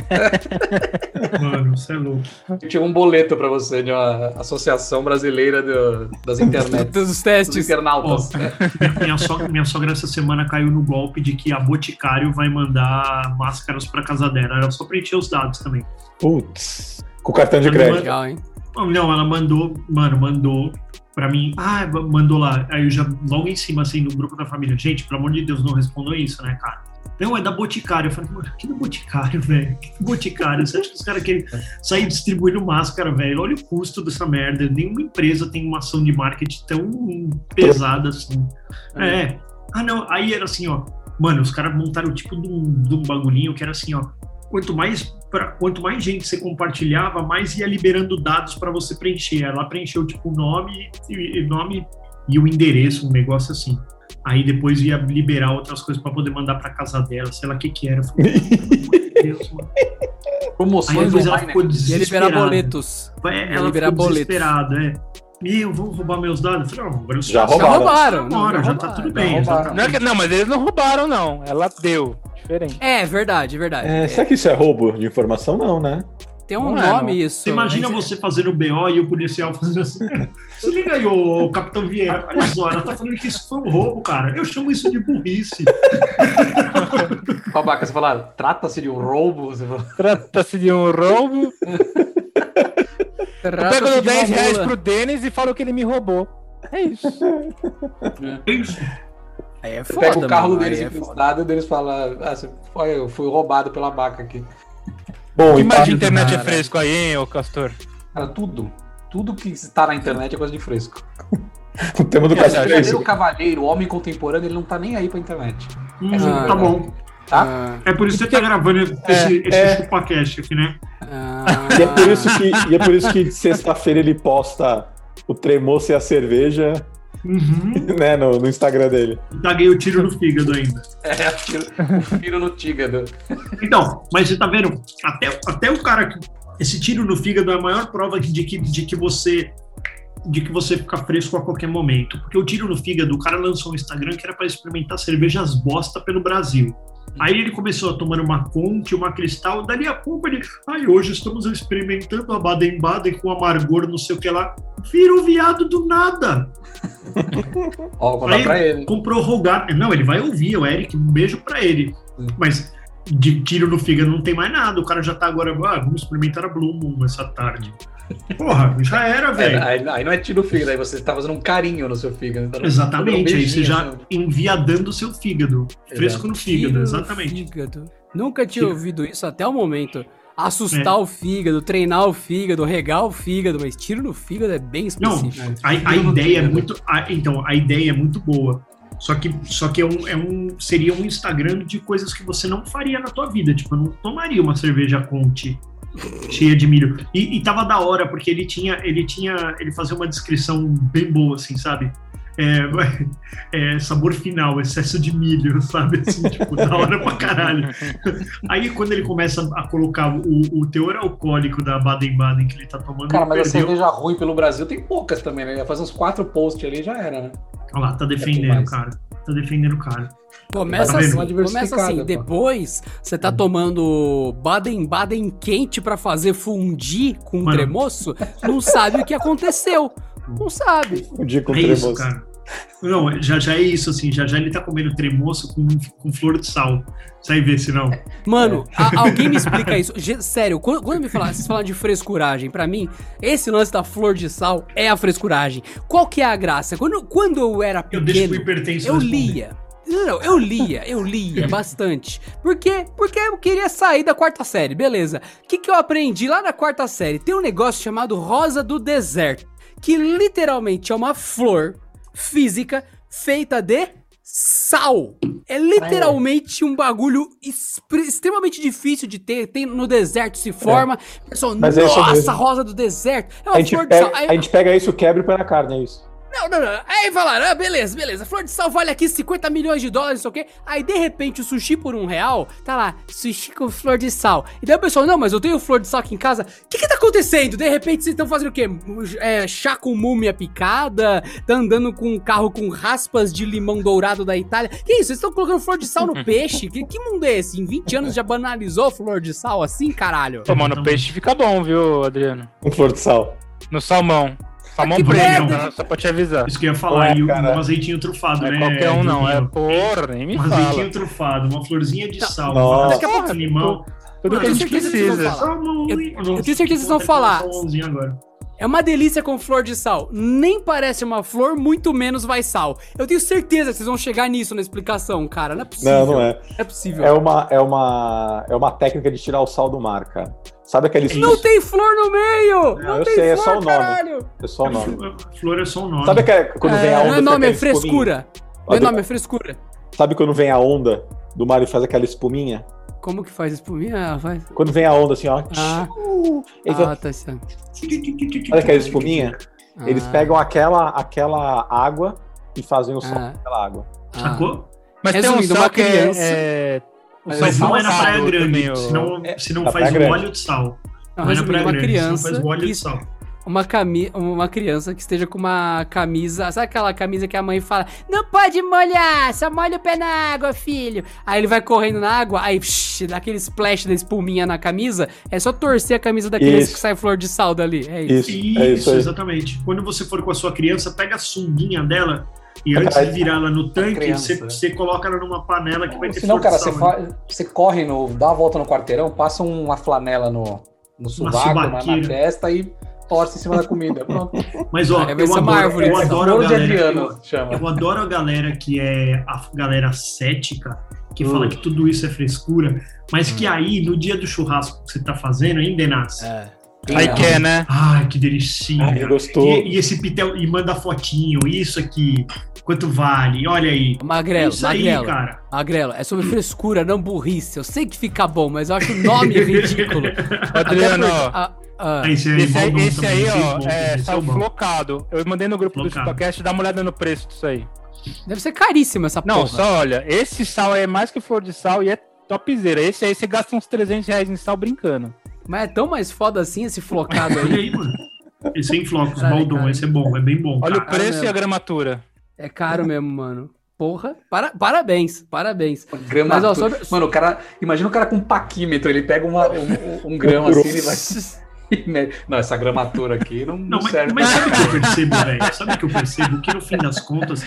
Speaker 2: Mano, você é louco.
Speaker 3: Eu tinha um boleto pra você de uma associação brasileira do- das internet.
Speaker 5: todos os
Speaker 3: dos
Speaker 5: testes.
Speaker 3: internautas.
Speaker 2: Ó, minha, minha sogra, minha sogra essa semana caiu no golpe de que a Boticário vai mandar máscaras pra casa dela. Era só preencher os dados também.
Speaker 1: Putz, com o cartão de
Speaker 2: Não,
Speaker 1: crédito.
Speaker 5: Legal, hein?
Speaker 2: Não, ela mandou, mano, mandou pra mim. Ah, mandou lá. Aí eu já, logo em cima, assim, no grupo da família. Gente, pelo amor de Deus, não respondam isso, né, cara? Não, é da Boticário. Eu falei, mano, que do Boticário, velho? Que do Boticário? Você acha que os caras querem sair distribuindo máscara, velho? Olha o custo dessa merda. Nenhuma empresa tem uma ação de marketing tão pesada assim. É. Ah, não. Aí era assim, ó. Mano, os caras montaram tipo de um, de um bagulhinho que era assim, ó. Quanto mais, pra, quanto mais gente você compartilhava, mais ia liberando dados para você preencher. Ela preencheu tipo o nome e, e nome e o endereço, um negócio assim. Aí depois ia liberar outras coisas para poder mandar para casa dela, sei lá o que que era. Eu falei, meu Deus, mano. Aí
Speaker 3: Promoções
Speaker 5: né,
Speaker 2: depois ela
Speaker 3: online.
Speaker 2: ficou
Speaker 5: Ia
Speaker 2: desesperada.
Speaker 5: liberar boletos.
Speaker 2: Vai-
Speaker 5: Ia
Speaker 2: ela
Speaker 5: liberar
Speaker 2: ficou
Speaker 5: boletos.
Speaker 2: desesperada, é. Meu, vão roubar meus dados? Eu falei, não, agora eu sou
Speaker 1: Já
Speaker 2: assim,
Speaker 5: Já
Speaker 1: Roubaram.
Speaker 5: roubaram. né? não,
Speaker 2: Agora, já tá
Speaker 5: roubaram.
Speaker 2: tudo bem. já
Speaker 3: roubaram.
Speaker 2: tá-
Speaker 4: Não é que- não, mas eles não roubaram, não. Ela deu. Diferente.
Speaker 5: É, verdade, verdade.
Speaker 1: É, será que isso é roubo de informação? Não, né?
Speaker 5: Tem um
Speaker 4: Não é,
Speaker 5: nome
Speaker 4: não.
Speaker 5: isso.
Speaker 2: Você imagina
Speaker 5: né?
Speaker 2: você fazendo BO e o policial fazendo assim. Se liga aí, ô Capitão Vieira. Olha só, ela tá falando que isso foi um roubo, cara. Eu chamo isso de burrice.
Speaker 3: Babaca, você fala, trata-se de um roubo? Você fala,
Speaker 4: Trata-se de um roubo. Eu
Speaker 5: Trata-se
Speaker 4: pego
Speaker 5: de uma
Speaker 4: 10 reais
Speaker 5: mula.
Speaker 4: pro Denis e falo que ele me roubou. É isso.
Speaker 2: É isso.
Speaker 5: Aí é
Speaker 3: você
Speaker 5: foda,
Speaker 3: pega o carro
Speaker 5: mano,
Speaker 3: deles
Speaker 5: aí é
Speaker 3: emprestado e deles fala, ah, você, olha, eu fui roubado pela Baca aqui.
Speaker 1: Bom,
Speaker 4: Que mais de
Speaker 1: empate,
Speaker 4: internet é
Speaker 5: cara.
Speaker 4: fresco aí, hein, ô Castor?
Speaker 3: Cara, tudo. Tudo que está na internet é coisa de fresco.
Speaker 1: o tema do
Speaker 4: É,
Speaker 1: Castor é
Speaker 4: verdade.
Speaker 1: isso.
Speaker 3: O cavaleiro, o homem contemporâneo, ele não é, tá nem aí pra internet.
Speaker 2: Hum,
Speaker 3: Ah,
Speaker 2: tá bom.
Speaker 1: tá?
Speaker 2: É por isso que você tá gravando esse, esse ChupaCast aqui, né?
Speaker 5: Ah,
Speaker 1: E é por isso que, e é por isso que sexta-feira ele posta o tremoço e a cerveja
Speaker 2: Uhum.
Speaker 1: né, no, no Instagram dele.
Speaker 2: Daguei o tiro no fígado ainda.
Speaker 3: É, tiro, tiro no tígado.
Speaker 2: Então, mas você tá vendo? Até, até o cara que. Esse tiro no fígado é a maior prova que- de que, de que você. De que você fica fresco a qualquer momento. Porque o tiro no fígado, o cara lançou um Instagram que era para experimentar cervejas bosta pelo Brasil. Aí ele começou a tomar uma Conte, uma Cristal, dali a pouco ele. Ai, hoje estamos experimentando a Baden-Baden com amargor, não sei o que lá. Vira um viado do nada.
Speaker 3: Ó, vou contar
Speaker 2: Aí-
Speaker 3: pra ele.
Speaker 2: comprou rogar. Não, ele vai ouvir, o Eric, um beijo pra ele.
Speaker 3: É.
Speaker 2: Mas de tiro no fígado não tem mais nada. O cara já tá agora, ah, vamos experimentar a Blue Moon essa tarde. Porra, já era,
Speaker 3: É,
Speaker 2: velho.
Speaker 3: aí, aí não é tiro no fígado, aí você tá fazendo um carinho no seu fígado. Tá dando- dando
Speaker 2: Exatamente,
Speaker 3: um
Speaker 2: aí você
Speaker 3: beijinho,
Speaker 2: já
Speaker 3: assim.
Speaker 2: enviadando seu fígado. Fresco no fígado,
Speaker 5: Tiro no
Speaker 2: exatamente.
Speaker 5: fígado. Nunca tinha
Speaker 2: Tiro.
Speaker 5: ouvido isso até o momento. Assustar
Speaker 2: É.
Speaker 5: o fígado, treinar o fígado, regar o fígado, mas tiro no fígado é bem
Speaker 2: Não,
Speaker 5: específico.
Speaker 3: Né?
Speaker 2: a,
Speaker 3: Então,
Speaker 2: a ideia é muito. a- então, a ideia é muito boa. Só que, só que é um, é um- seria um Instagram de coisas que você não faria na tua vida. Tipo, eu não tomaria uma cerveja Conte cheia de milho. E, e tava da hora, porque ele tinha. Ele tinha. Ele fazia uma descrição bem boa, assim, sabe? É, é, sabor final, excesso de milho, sabe? Assim, tipo, da hora pra caralho. Aí quando ele começa a colocar o, o teor alcoólico da Baden-Baden que ele tá tomando,
Speaker 3: Cara, mas assim, a
Speaker 2: perdeu.
Speaker 3: cerveja ruim pelo Brasil tem poucas também, né? Ia fazer uns quatro posts ali e já era, né?
Speaker 2: Olha
Speaker 1: É
Speaker 2: lá, tá defendendo o
Speaker 3: mais.
Speaker 2: cara. Tá defendendo o cara.
Speaker 5: Começa
Speaker 2: Tá vendo? Hum.
Speaker 5: assim, começa assim.
Speaker 3: Diversificada, pô.
Speaker 5: Depois, você tá tomando Baden-Baden quente pra fazer fundir com um
Speaker 2: Mano.
Speaker 5: tremoço, não sabe o que aconteceu. Não sabe.
Speaker 1: O dia com
Speaker 2: É
Speaker 1: o tremoço.
Speaker 2: isso, cara. Não, já já é isso, assim. Já já ele tá comendo tremoço com, com flor de sal. Sai ver se não.
Speaker 5: É Mano,
Speaker 2: É.
Speaker 5: a- alguém me explica isso. Ge- Sério, quando, quando me falar, vocês falam de frescuragem, pra mim, esse lance da flor de sal é a frescuragem. Qual que é a graça? Quando, quando eu era
Speaker 2: Eu deixo pro
Speaker 5: pequeno,
Speaker 2: hipertenso.
Speaker 5: eu
Speaker 2: responder.
Speaker 5: lia. Não, não, eu lia, eu lia bastante. Por quê? Porque eu queria sair da quarta série, beleza. O que, que eu aprendi lá na quarta série? Tem um negócio chamado rosa do deserto, que literalmente é uma flor física feita de sal. É literalmente um bagulho espre- extremamente difícil de ter. Tem no deserto se forma. Pessoal,
Speaker 1: Mas é isso
Speaker 5: nossa,
Speaker 1: mesmo.
Speaker 5: rosa do deserto. É
Speaker 1: A
Speaker 5: uma
Speaker 1: gente,
Speaker 5: flor de sal.
Speaker 1: pega,
Speaker 5: Aí-
Speaker 1: a gente pega isso, quebra e põe na carne, é isso.
Speaker 5: não, não, não. Aí falaram, ah, beleza, beleza. Flor de sal vale aqui 50 milhões de dólares, não sei o quê. Aí, de repente, o sushi por um real, tá lá, sushi com flor de sal. E daí o pessoal, não, mas eu tenho flor de sal aqui em casa. O que que tá acontecendo? De repente, vocês estão fazendo o quê? É, chá com múmia picada? Tá andando com um carro com raspas de limão dourado da Itália? Que isso? Vocês estão colocando flor de sal no peixe? Que, que mundo é esse? Em 20 anos já banalizou flor de sal assim, caralho?
Speaker 4: Pô, mano, o peixe fica bom, viu, Adriano?
Speaker 1: Com flor de sal.
Speaker 4: No salmão.
Speaker 5: Ah,
Speaker 4: Salmão
Speaker 2: Que
Speaker 4: premium,
Speaker 2: merda!
Speaker 4: tá? só pra te avisar.
Speaker 2: Isso que eu ia falar.
Speaker 1: Ué,
Speaker 2: e o-
Speaker 1: cara.
Speaker 2: um azeitinho trufado,
Speaker 4: Não
Speaker 2: né?
Speaker 4: é qualquer um, não. É
Speaker 2: Bruninho?
Speaker 4: porra, nem me
Speaker 2: Um
Speaker 4: fala.
Speaker 2: azeitinho trufado, uma florzinha
Speaker 5: Então,
Speaker 2: de sal,
Speaker 1: Nossa.
Speaker 2: uma
Speaker 1: Daqui
Speaker 4: a
Speaker 2: farofa
Speaker 4: pouco-
Speaker 2: de limão.
Speaker 4: Tudo que a gente
Speaker 5: Mano, certeza que vocês vão
Speaker 4: precisa.
Speaker 5: falar. Eu- eu tenho certeza que vocês vão
Speaker 2: tá
Speaker 5: falar. É uma delícia com flor de sal. Nem parece uma flor, muito menos vai sal. Eu tenho certeza que vocês vão chegar nisso na explicação, cara. Não é possível.
Speaker 1: Não, não é.
Speaker 5: Não é possível.
Speaker 1: É uma, é, uma, é uma técnica de tirar o sal do mar, cara. Sabe
Speaker 2: É
Speaker 1: aquele
Speaker 5: Não tem flor no meio! Não,
Speaker 1: eu
Speaker 5: tem
Speaker 1: sei, é
Speaker 5: flor,
Speaker 1: só o nome.
Speaker 5: caralho!
Speaker 1: É só o nome.
Speaker 2: Flor é só um nome.
Speaker 1: Sabe aquele, quando vem a
Speaker 5: É,
Speaker 1: onda?
Speaker 5: não é
Speaker 1: fica
Speaker 5: nome, é
Speaker 1: aquela espuminha?
Speaker 5: frescura. Não é nome, é frescura.
Speaker 1: Sabe quando vem a onda do mar e faz aquela espuminha?
Speaker 5: Como que faz isso por mim? Ah, faz.
Speaker 1: Quando vem a onda assim, ó.
Speaker 5: Ah,
Speaker 1: eles
Speaker 5: ah tá certo.
Speaker 1: Sabe aquela espuminha?
Speaker 5: Ah,
Speaker 1: Eles pegam aquela, aquela água e fazem o sal
Speaker 5: Ah.
Speaker 1: daquela água.
Speaker 5: ah.
Speaker 2: Sacou?
Speaker 4: Mas tem
Speaker 5: Resumindo,
Speaker 4: um
Speaker 5: uma
Speaker 4: sal que é-
Speaker 5: criança-
Speaker 4: é... O
Speaker 5: Ah,
Speaker 3: Mas
Speaker 4: sal
Speaker 2: Mas não é na
Speaker 4: salgado
Speaker 2: Praia Grande,
Speaker 4: também, ó.
Speaker 2: senão,
Speaker 1: É,
Speaker 2: senão
Speaker 1: na
Speaker 2: faz
Speaker 1: Praia
Speaker 2: um
Speaker 1: Grande.
Speaker 2: óleo de sal.
Speaker 5: Não,
Speaker 2: Não é na
Speaker 5: resumindo,
Speaker 2: Praia
Speaker 5: uma
Speaker 2: Grande, senão
Speaker 5: criança.
Speaker 2: faz um óleo
Speaker 5: que-
Speaker 2: de sal.
Speaker 5: uma, cami uma criança que esteja com uma camisa. Sabe aquela camisa que a mãe fala: Não pode molhar, só molha o pé na água, filho. Aí ele vai correndo na água, aí psh, dá aquele splash da espuminha na camisa. É só torcer a camisa da criança
Speaker 1: Isso.
Speaker 5: que sai flor de sal dali. É isso.
Speaker 1: Isso, é isso aí.
Speaker 2: exatamente. Quando você for com a sua criança, pega a sunguinha dela e
Speaker 1: Ah,
Speaker 2: antes
Speaker 1: cara,
Speaker 2: de virar ela no tanque,
Speaker 3: criança.
Speaker 2: você, você coloca ela numa panela que vai ter
Speaker 3: Se não,
Speaker 2: flor
Speaker 3: cara,
Speaker 2: de
Speaker 3: você,
Speaker 2: sal, né?
Speaker 3: fa- você corre, no, dá uma volta no quarteirão, passa uma flanela no, no sovaco, na, na
Speaker 2: subaqueira.
Speaker 3: testa e torce em cima da comida. Pronto.
Speaker 2: Mas ó,
Speaker 5: Aí vai
Speaker 2: eu
Speaker 5: ser uma
Speaker 2: adoro,
Speaker 5: árvore,
Speaker 2: eu
Speaker 5: né?
Speaker 2: adoro a
Speaker 3: Flor de
Speaker 2: galera. Eu,
Speaker 3: Adriano, chama.
Speaker 2: eu adoro a galera que é a galera cética, que fala
Speaker 3: Hum.
Speaker 2: que
Speaker 5: Hum.
Speaker 2: tudo isso é frescura, mas que aí, no dia do churrasco que você tá fazendo, hein, Denas?
Speaker 9: É.
Speaker 4: Aí quer, né?
Speaker 2: Ai, que delicinha.
Speaker 1: Ai, gostou.
Speaker 2: E, e esse pitel, e manda fotinho, isso aqui, quanto vale, olha aí.
Speaker 5: Magrelo,
Speaker 2: isso aí,
Speaker 5: magrelo.
Speaker 2: cara.
Speaker 5: Magrelo, é sobre frescura, não burrice. Eu sei que fica bom, mas eu acho o nome ridículo.
Speaker 4: Adriano,
Speaker 5: Até
Speaker 4: ó.
Speaker 5: porque- ah, ah,
Speaker 2: Ah, esse
Speaker 4: Esse aí,
Speaker 2: bom
Speaker 4: esse
Speaker 2: também,
Speaker 4: aí,
Speaker 2: esse
Speaker 4: ó,
Speaker 2: bom,
Speaker 4: é,
Speaker 2: esse é
Speaker 4: saiu
Speaker 2: bom.
Speaker 4: flocado. Eu mandei no grupo
Speaker 2: Flocado.
Speaker 4: do Chupacast, dá uma olhada no preço disso aí.
Speaker 5: deve ser caríssimo essa
Speaker 4: Não,
Speaker 5: porra.
Speaker 4: só olha, esse sal aí é mais que flor de sal e é topzera. Esse aí você gasta uns 300 reais em sal brincando.
Speaker 5: Mas é tão mais foda assim esse flocado
Speaker 2: Olha
Speaker 5: aí.
Speaker 2: aí, mano. Esse é em flocos,
Speaker 5: Caralho,
Speaker 2: Baldon,
Speaker 5: cara.
Speaker 2: esse é bom, é bem bom.
Speaker 4: Olha o
Speaker 2: cara.
Speaker 4: preço
Speaker 5: mesmo.
Speaker 4: e a gramatura.
Speaker 5: É caro mesmo, mano. Porra, para- parabéns, parabéns.
Speaker 3: Uma grama.
Speaker 5: Mas, ó, sobre-
Speaker 3: Mano, o cara. Imagina o cara com um paquímetro, ele pega uma- um, um- um grama assim ele vai. e mede. Não, essa gramatura aqui não,
Speaker 2: Não,
Speaker 3: não
Speaker 2: mas,
Speaker 3: serve.
Speaker 2: mas sabe o que eu percebo, velho? Sabe o que eu percebo? Que no fim das contas,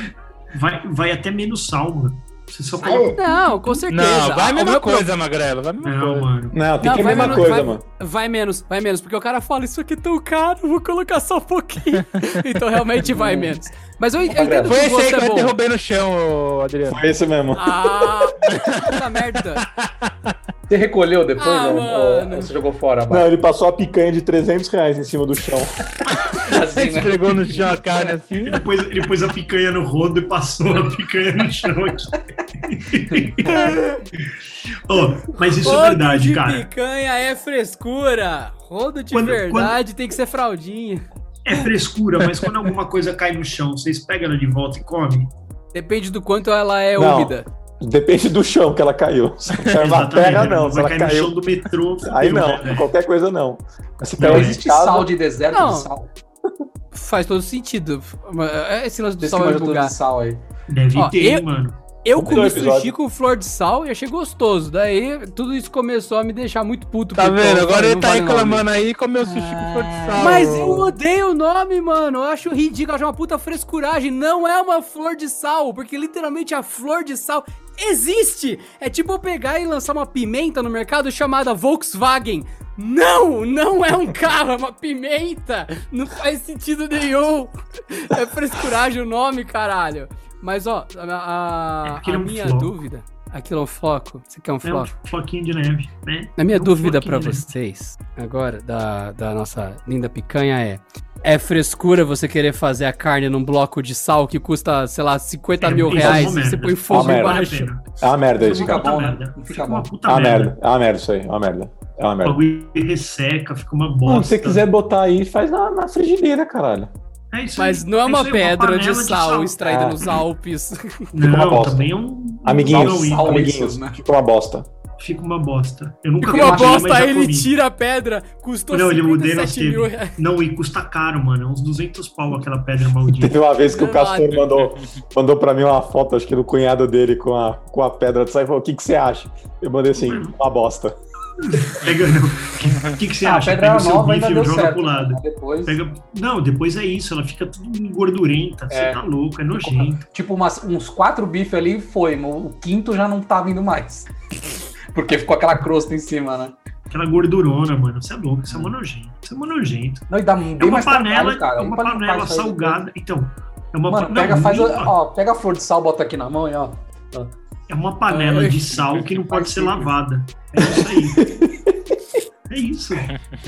Speaker 2: vai, vai até menos sal, mano. Você só coloca.
Speaker 5: Não, com certeza.
Speaker 4: Não, vai
Speaker 5: Ah,
Speaker 4: a
Speaker 5: o
Speaker 4: mesma
Speaker 5: meu
Speaker 4: coisa,
Speaker 5: pro-
Speaker 4: Magrelo. Vai a mesma
Speaker 2: Não,
Speaker 4: coisa.
Speaker 2: mano.
Speaker 1: Não, tem
Speaker 5: Não,
Speaker 1: que é a
Speaker 5: vai
Speaker 1: mesma
Speaker 5: menos,
Speaker 1: coisa,
Speaker 5: vai-
Speaker 1: mano.
Speaker 5: Vai menos, vai menos, porque o cara fala, isso aqui é tão caro, vou colocar só um pouquinho. então realmente vai menos. Mas eu, eu entendo
Speaker 4: Foi
Speaker 5: que o
Speaker 4: esse aí
Speaker 5: gosto
Speaker 4: que
Speaker 5: é
Speaker 4: vai
Speaker 5: bom.
Speaker 4: derrubar no chão, ô, Adriano.
Speaker 1: Foi isso mesmo.
Speaker 5: Ah, puta merda.
Speaker 3: Você recolheu depois,
Speaker 5: Ah,
Speaker 3: né?
Speaker 5: mano.
Speaker 3: Ou- ou Você jogou fora,
Speaker 1: Não,
Speaker 3: abaixo?
Speaker 1: ele passou a picanha de 300 reais em cima do chão.
Speaker 3: Assim, né?
Speaker 4: Esfregou no chão a carne assim.
Speaker 2: Ele pôs, ele pôs a picanha no rodo e passou a picanha no chão aqui. Ô, mas isso é verdade,
Speaker 5: de
Speaker 2: cara.
Speaker 5: picanha é frescura. Rodo de
Speaker 2: Quando-
Speaker 5: verdade tem que ser fraldinha.
Speaker 2: É frescura, mas quando alguma coisa cai no chão, vocês pegam ela de volta e comem?
Speaker 5: Depende do quanto ela é
Speaker 1: Não.
Speaker 5: úmida.
Speaker 1: Depende do chão que ela caiu. Se caiu na terra,
Speaker 2: né?
Speaker 1: não. Se ela
Speaker 2: vai cair no chão
Speaker 1: caiu.
Speaker 2: do metrô. fudeu,
Speaker 1: Aí
Speaker 2: né,
Speaker 1: não,
Speaker 2: velho?
Speaker 1: qualquer coisa não. Mas se
Speaker 2: Não
Speaker 1: caiu de
Speaker 3: Então, existe
Speaker 1: casa,
Speaker 3: sal de deserto
Speaker 5: Não.
Speaker 3: de sal.
Speaker 5: Faz todo sentido. É, Esse lance do
Speaker 3: Desse
Speaker 5: sal vai
Speaker 3: manjo todo
Speaker 5: bugar.
Speaker 3: de sal aí.
Speaker 2: Deve
Speaker 5: Ó,
Speaker 2: ter,
Speaker 5: eu-
Speaker 2: mano.
Speaker 5: Eu
Speaker 1: Vamos
Speaker 5: comi
Speaker 1: ter um episódio.
Speaker 5: sushi com flor de sal e achei gostoso. Daí tudo isso começou a me deixar muito puto.
Speaker 4: Tá
Speaker 5: porque,
Speaker 4: vendo?
Speaker 5: pô,
Speaker 4: Agora ele
Speaker 5: não
Speaker 4: tá
Speaker 5: vale nada.
Speaker 4: reclamando aí e comeu sushi com flor de sal.
Speaker 5: Mas eu odeio o nome, mano. Eu acho ridículo, eu acho uma puta frescuragem. Não é uma flor de sal, porque literalmente a flor de sal existe. É tipo eu pegar e lançar uma pimenta no mercado chamada Volkswagen. Não, não é um carro, é uma pimenta. Não faz sentido nenhum. É frescuragem o nome, caralho. Mas ó, a-
Speaker 2: É
Speaker 5: a,
Speaker 2: porque ele
Speaker 5: a
Speaker 2: é um
Speaker 5: minha
Speaker 2: floco.
Speaker 5: dúvida. Aquilo é um floco. Você quer um
Speaker 2: É um
Speaker 5: floco?
Speaker 2: floquinho de neve, né?
Speaker 5: Na minha
Speaker 2: É um
Speaker 5: dúvida pra
Speaker 2: floquinho de neve.
Speaker 5: vocês, agora, da, da nossa linda picanha é: é frescura você querer fazer a carne num bloco de sal que custa, sei lá, 50
Speaker 2: É,
Speaker 5: mil
Speaker 2: isso é
Speaker 5: reais
Speaker 2: uma
Speaker 5: e você
Speaker 2: merda.
Speaker 5: põe
Speaker 1: Uma
Speaker 5: fogo
Speaker 1: merda.
Speaker 5: embaixo?
Speaker 1: É uma merda isso,
Speaker 2: Fica
Speaker 1: cara.
Speaker 2: uma puta
Speaker 3: bom, né?
Speaker 2: merda.
Speaker 3: Fica
Speaker 2: Fica
Speaker 3: bom.
Speaker 2: uma puta
Speaker 1: É uma
Speaker 2: merda.
Speaker 1: merda. É uma merda isso aí. É uma merda. É uma
Speaker 2: O
Speaker 1: merda.
Speaker 2: bagulho resseca, fica uma bosta.
Speaker 1: Mano, se você quiser botar aí, faz na, na frigideira, caralho.
Speaker 2: É isso aí.
Speaker 5: Mas não é
Speaker 2: isso
Speaker 5: uma
Speaker 2: aí,
Speaker 5: pedra
Speaker 2: panela É.
Speaker 5: de sal extraída
Speaker 1: Ah.
Speaker 5: nos Alpes.
Speaker 1: uma
Speaker 2: Não,
Speaker 1: bosta.
Speaker 2: também é um.
Speaker 1: Amiguinhos,
Speaker 2: Não,
Speaker 3: sal,
Speaker 1: amiguinhos,
Speaker 3: isso, né?
Speaker 1: fica é uma bosta.
Speaker 2: Fica uma bosta. Eu nunca
Speaker 5: Fica uma
Speaker 2: comi, mas
Speaker 5: bosta,
Speaker 2: já
Speaker 5: aí ele
Speaker 2: comi.
Speaker 5: tira a pedra, custou
Speaker 2: Não, ele mudei na
Speaker 5: 57 mil reais.
Speaker 2: Não, e custa caro, mano. É uns 200 pau aquela pedra maldita.
Speaker 1: Teve uma vez que o
Speaker 5: Danado.
Speaker 1: Castor mandou, mandou pra mim uma foto, acho que do cunhado dele com a, com a pedra de sal e falou: o que, que você acha? Eu mandei assim, uma bosta.
Speaker 2: Pega. O que, que você
Speaker 3: Ah, a
Speaker 2: acha?
Speaker 3: pedra
Speaker 2: Pega
Speaker 3: era
Speaker 2: o seu
Speaker 3: nova, ainda
Speaker 2: bife e
Speaker 3: deu
Speaker 2: joga
Speaker 3: certo.
Speaker 2: pro lado.
Speaker 3: Mas Depois,
Speaker 2: Pega... Não, depois é isso. Ela fica tudo gordurenta. Você
Speaker 3: É.
Speaker 2: tá louco, é nojento.
Speaker 3: tipo, umas- uns quatro bifes ali foi, mas o quinto já não tava indo mais. Porque ficou aquela crosta em cima, né?
Speaker 2: Aquela gordurona, mano. Você é louco, isso é uma nojento. Isso é uma nojento.
Speaker 3: Não, e dá
Speaker 2: É
Speaker 3: bem
Speaker 2: uma
Speaker 3: mais
Speaker 2: panela,
Speaker 3: trabalho, cara.
Speaker 2: é uma
Speaker 3: Limpa, limpar
Speaker 2: panela
Speaker 3: isso aí depois.
Speaker 2: salgada. Então, é uma
Speaker 3: Mano,
Speaker 2: não,
Speaker 3: pega, faz,
Speaker 2: limpa.
Speaker 3: ó, pega a flor de sal, bota aqui na mão e ó.
Speaker 2: É uma panela
Speaker 5: Ai.
Speaker 2: de sal que não pode
Speaker 3: Faz
Speaker 2: ser
Speaker 3: sentido.
Speaker 2: lavada. É isso aí. É isso.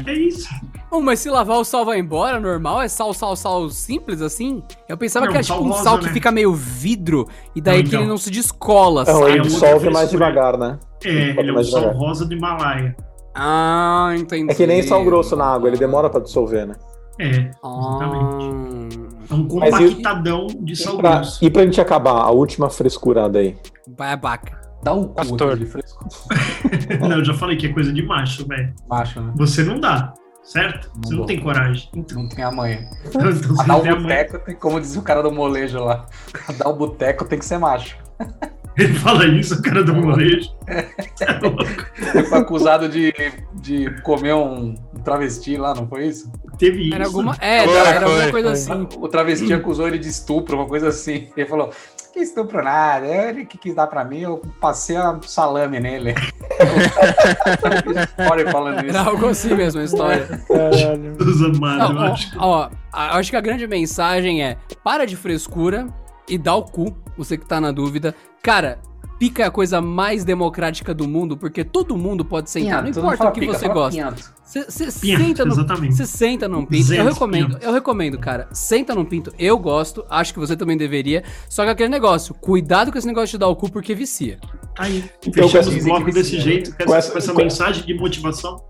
Speaker 2: É isso.
Speaker 5: Oh, mas se lavar o sal vai embora, normal? É sal, sal, sal simples assim? Eu pensava
Speaker 2: Não,
Speaker 5: que era
Speaker 2: sal
Speaker 5: tipo um
Speaker 2: rosa,
Speaker 5: sal que
Speaker 2: né?
Speaker 5: fica meio vidro e
Speaker 2: Não,
Speaker 5: daí que ele
Speaker 2: então.
Speaker 5: não se descola, assim.
Speaker 1: Não,
Speaker 5: sabe?
Speaker 1: É, ele
Speaker 2: outra
Speaker 1: dissolve mais
Speaker 2: frescura.
Speaker 1: devagar, né?
Speaker 2: É,
Speaker 1: Não pode
Speaker 2: ele é o
Speaker 1: mais
Speaker 2: sal
Speaker 1: devagar.
Speaker 2: rosa do Himalaia.
Speaker 5: Ah, entendi.
Speaker 1: É que nem sal grosso na água, ele demora pra dissolver, né?
Speaker 2: É,
Speaker 5: Exatamente.
Speaker 2: é um
Speaker 1: Mas eu-
Speaker 2: compactadão de
Speaker 1: E
Speaker 2: sal
Speaker 1: pra,
Speaker 2: grosso.
Speaker 1: e pra gente acabar, a última frescurada aí.
Speaker 5: é Babaca.
Speaker 3: Dá um cu
Speaker 4: Pastor.
Speaker 3: aqui de fresco.
Speaker 2: Não, eu já falei que é coisa de macho, velho.
Speaker 3: Macho, né?
Speaker 2: Você não dá, certo?
Speaker 3: Não
Speaker 2: você não
Speaker 3: dou.
Speaker 2: tem coragem. Então,
Speaker 3: Não tem amanhã.
Speaker 2: então você
Speaker 3: A dar
Speaker 2: não
Speaker 3: o
Speaker 2: tem a mãe.
Speaker 3: boteco, tem, como diz o cara do molejo lá. A dar o boteco tem que ser macho.
Speaker 2: Ele fala isso, o cara do molejo. É louco.
Speaker 3: Ele foi acusado de, de comer um, um travesti lá, não foi isso?
Speaker 2: Teve isso.
Speaker 5: Era alguma, é,
Speaker 4: Foi,
Speaker 5: era
Speaker 4: foi,
Speaker 5: alguma coisa
Speaker 4: foi.
Speaker 5: assim.
Speaker 3: O travesti acusou ele de estupro, uma coisa assim. Ele falou: que estupro nada, é ele que quis dar pra mim, eu passei um salame nele. Olha falando
Speaker 5: Era
Speaker 3: isso.
Speaker 5: algo assim mesmo a história.
Speaker 2: Deus amado, eu
Speaker 5: Não, ó,
Speaker 2: acho.
Speaker 5: ó, a- acho que a grande mensagem é: para de frescura e dá o cu, você que tá na dúvida. Cara, Pica é a coisa mais democrática do mundo, porque todo mundo pode sentar, não
Speaker 3: Pinhato,
Speaker 5: importa
Speaker 3: fala
Speaker 5: o que
Speaker 3: pica,
Speaker 5: você
Speaker 3: fala
Speaker 5: gosta.
Speaker 3: pinhato.
Speaker 5: Você você
Speaker 2: Pinto,
Speaker 5: senta no
Speaker 2: exatamente.
Speaker 5: Você senta num pinto. Eu
Speaker 2: Duzentos
Speaker 5: recomendo,
Speaker 2: pintos.
Speaker 5: eu recomendo, cara. Senta num pinto. Eu gosto, acho que você também deveria. Só que aquele negócio, cuidado com esse negócio de dar o cu porque vicia.
Speaker 2: Tá Aí,
Speaker 1: Então,
Speaker 2: fechamos
Speaker 1: com
Speaker 2: o
Speaker 1: essa-
Speaker 2: bloco desse jeito, com essa,
Speaker 1: com essa-
Speaker 2: com essa
Speaker 1: com-
Speaker 2: mensagem de motivação.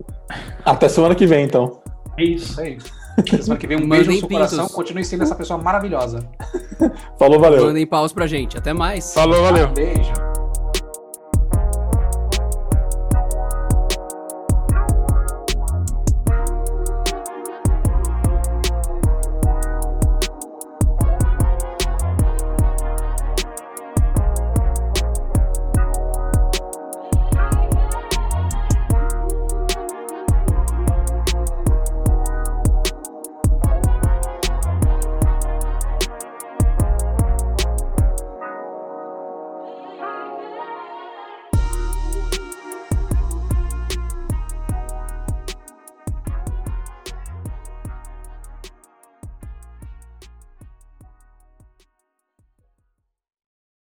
Speaker 1: Até semana que vem, então.
Speaker 2: É isso.
Speaker 3: Isso aí. Semana que vem, um
Speaker 5: Mandem
Speaker 3: beijo no seu
Speaker 5: pintos.
Speaker 3: coração. Continue sendo essa pessoa maravilhosa.
Speaker 1: Falou, valeu.
Speaker 5: Mandem paus pra gente. Até mais.
Speaker 4: Falou, valeu.
Speaker 3: Beijo.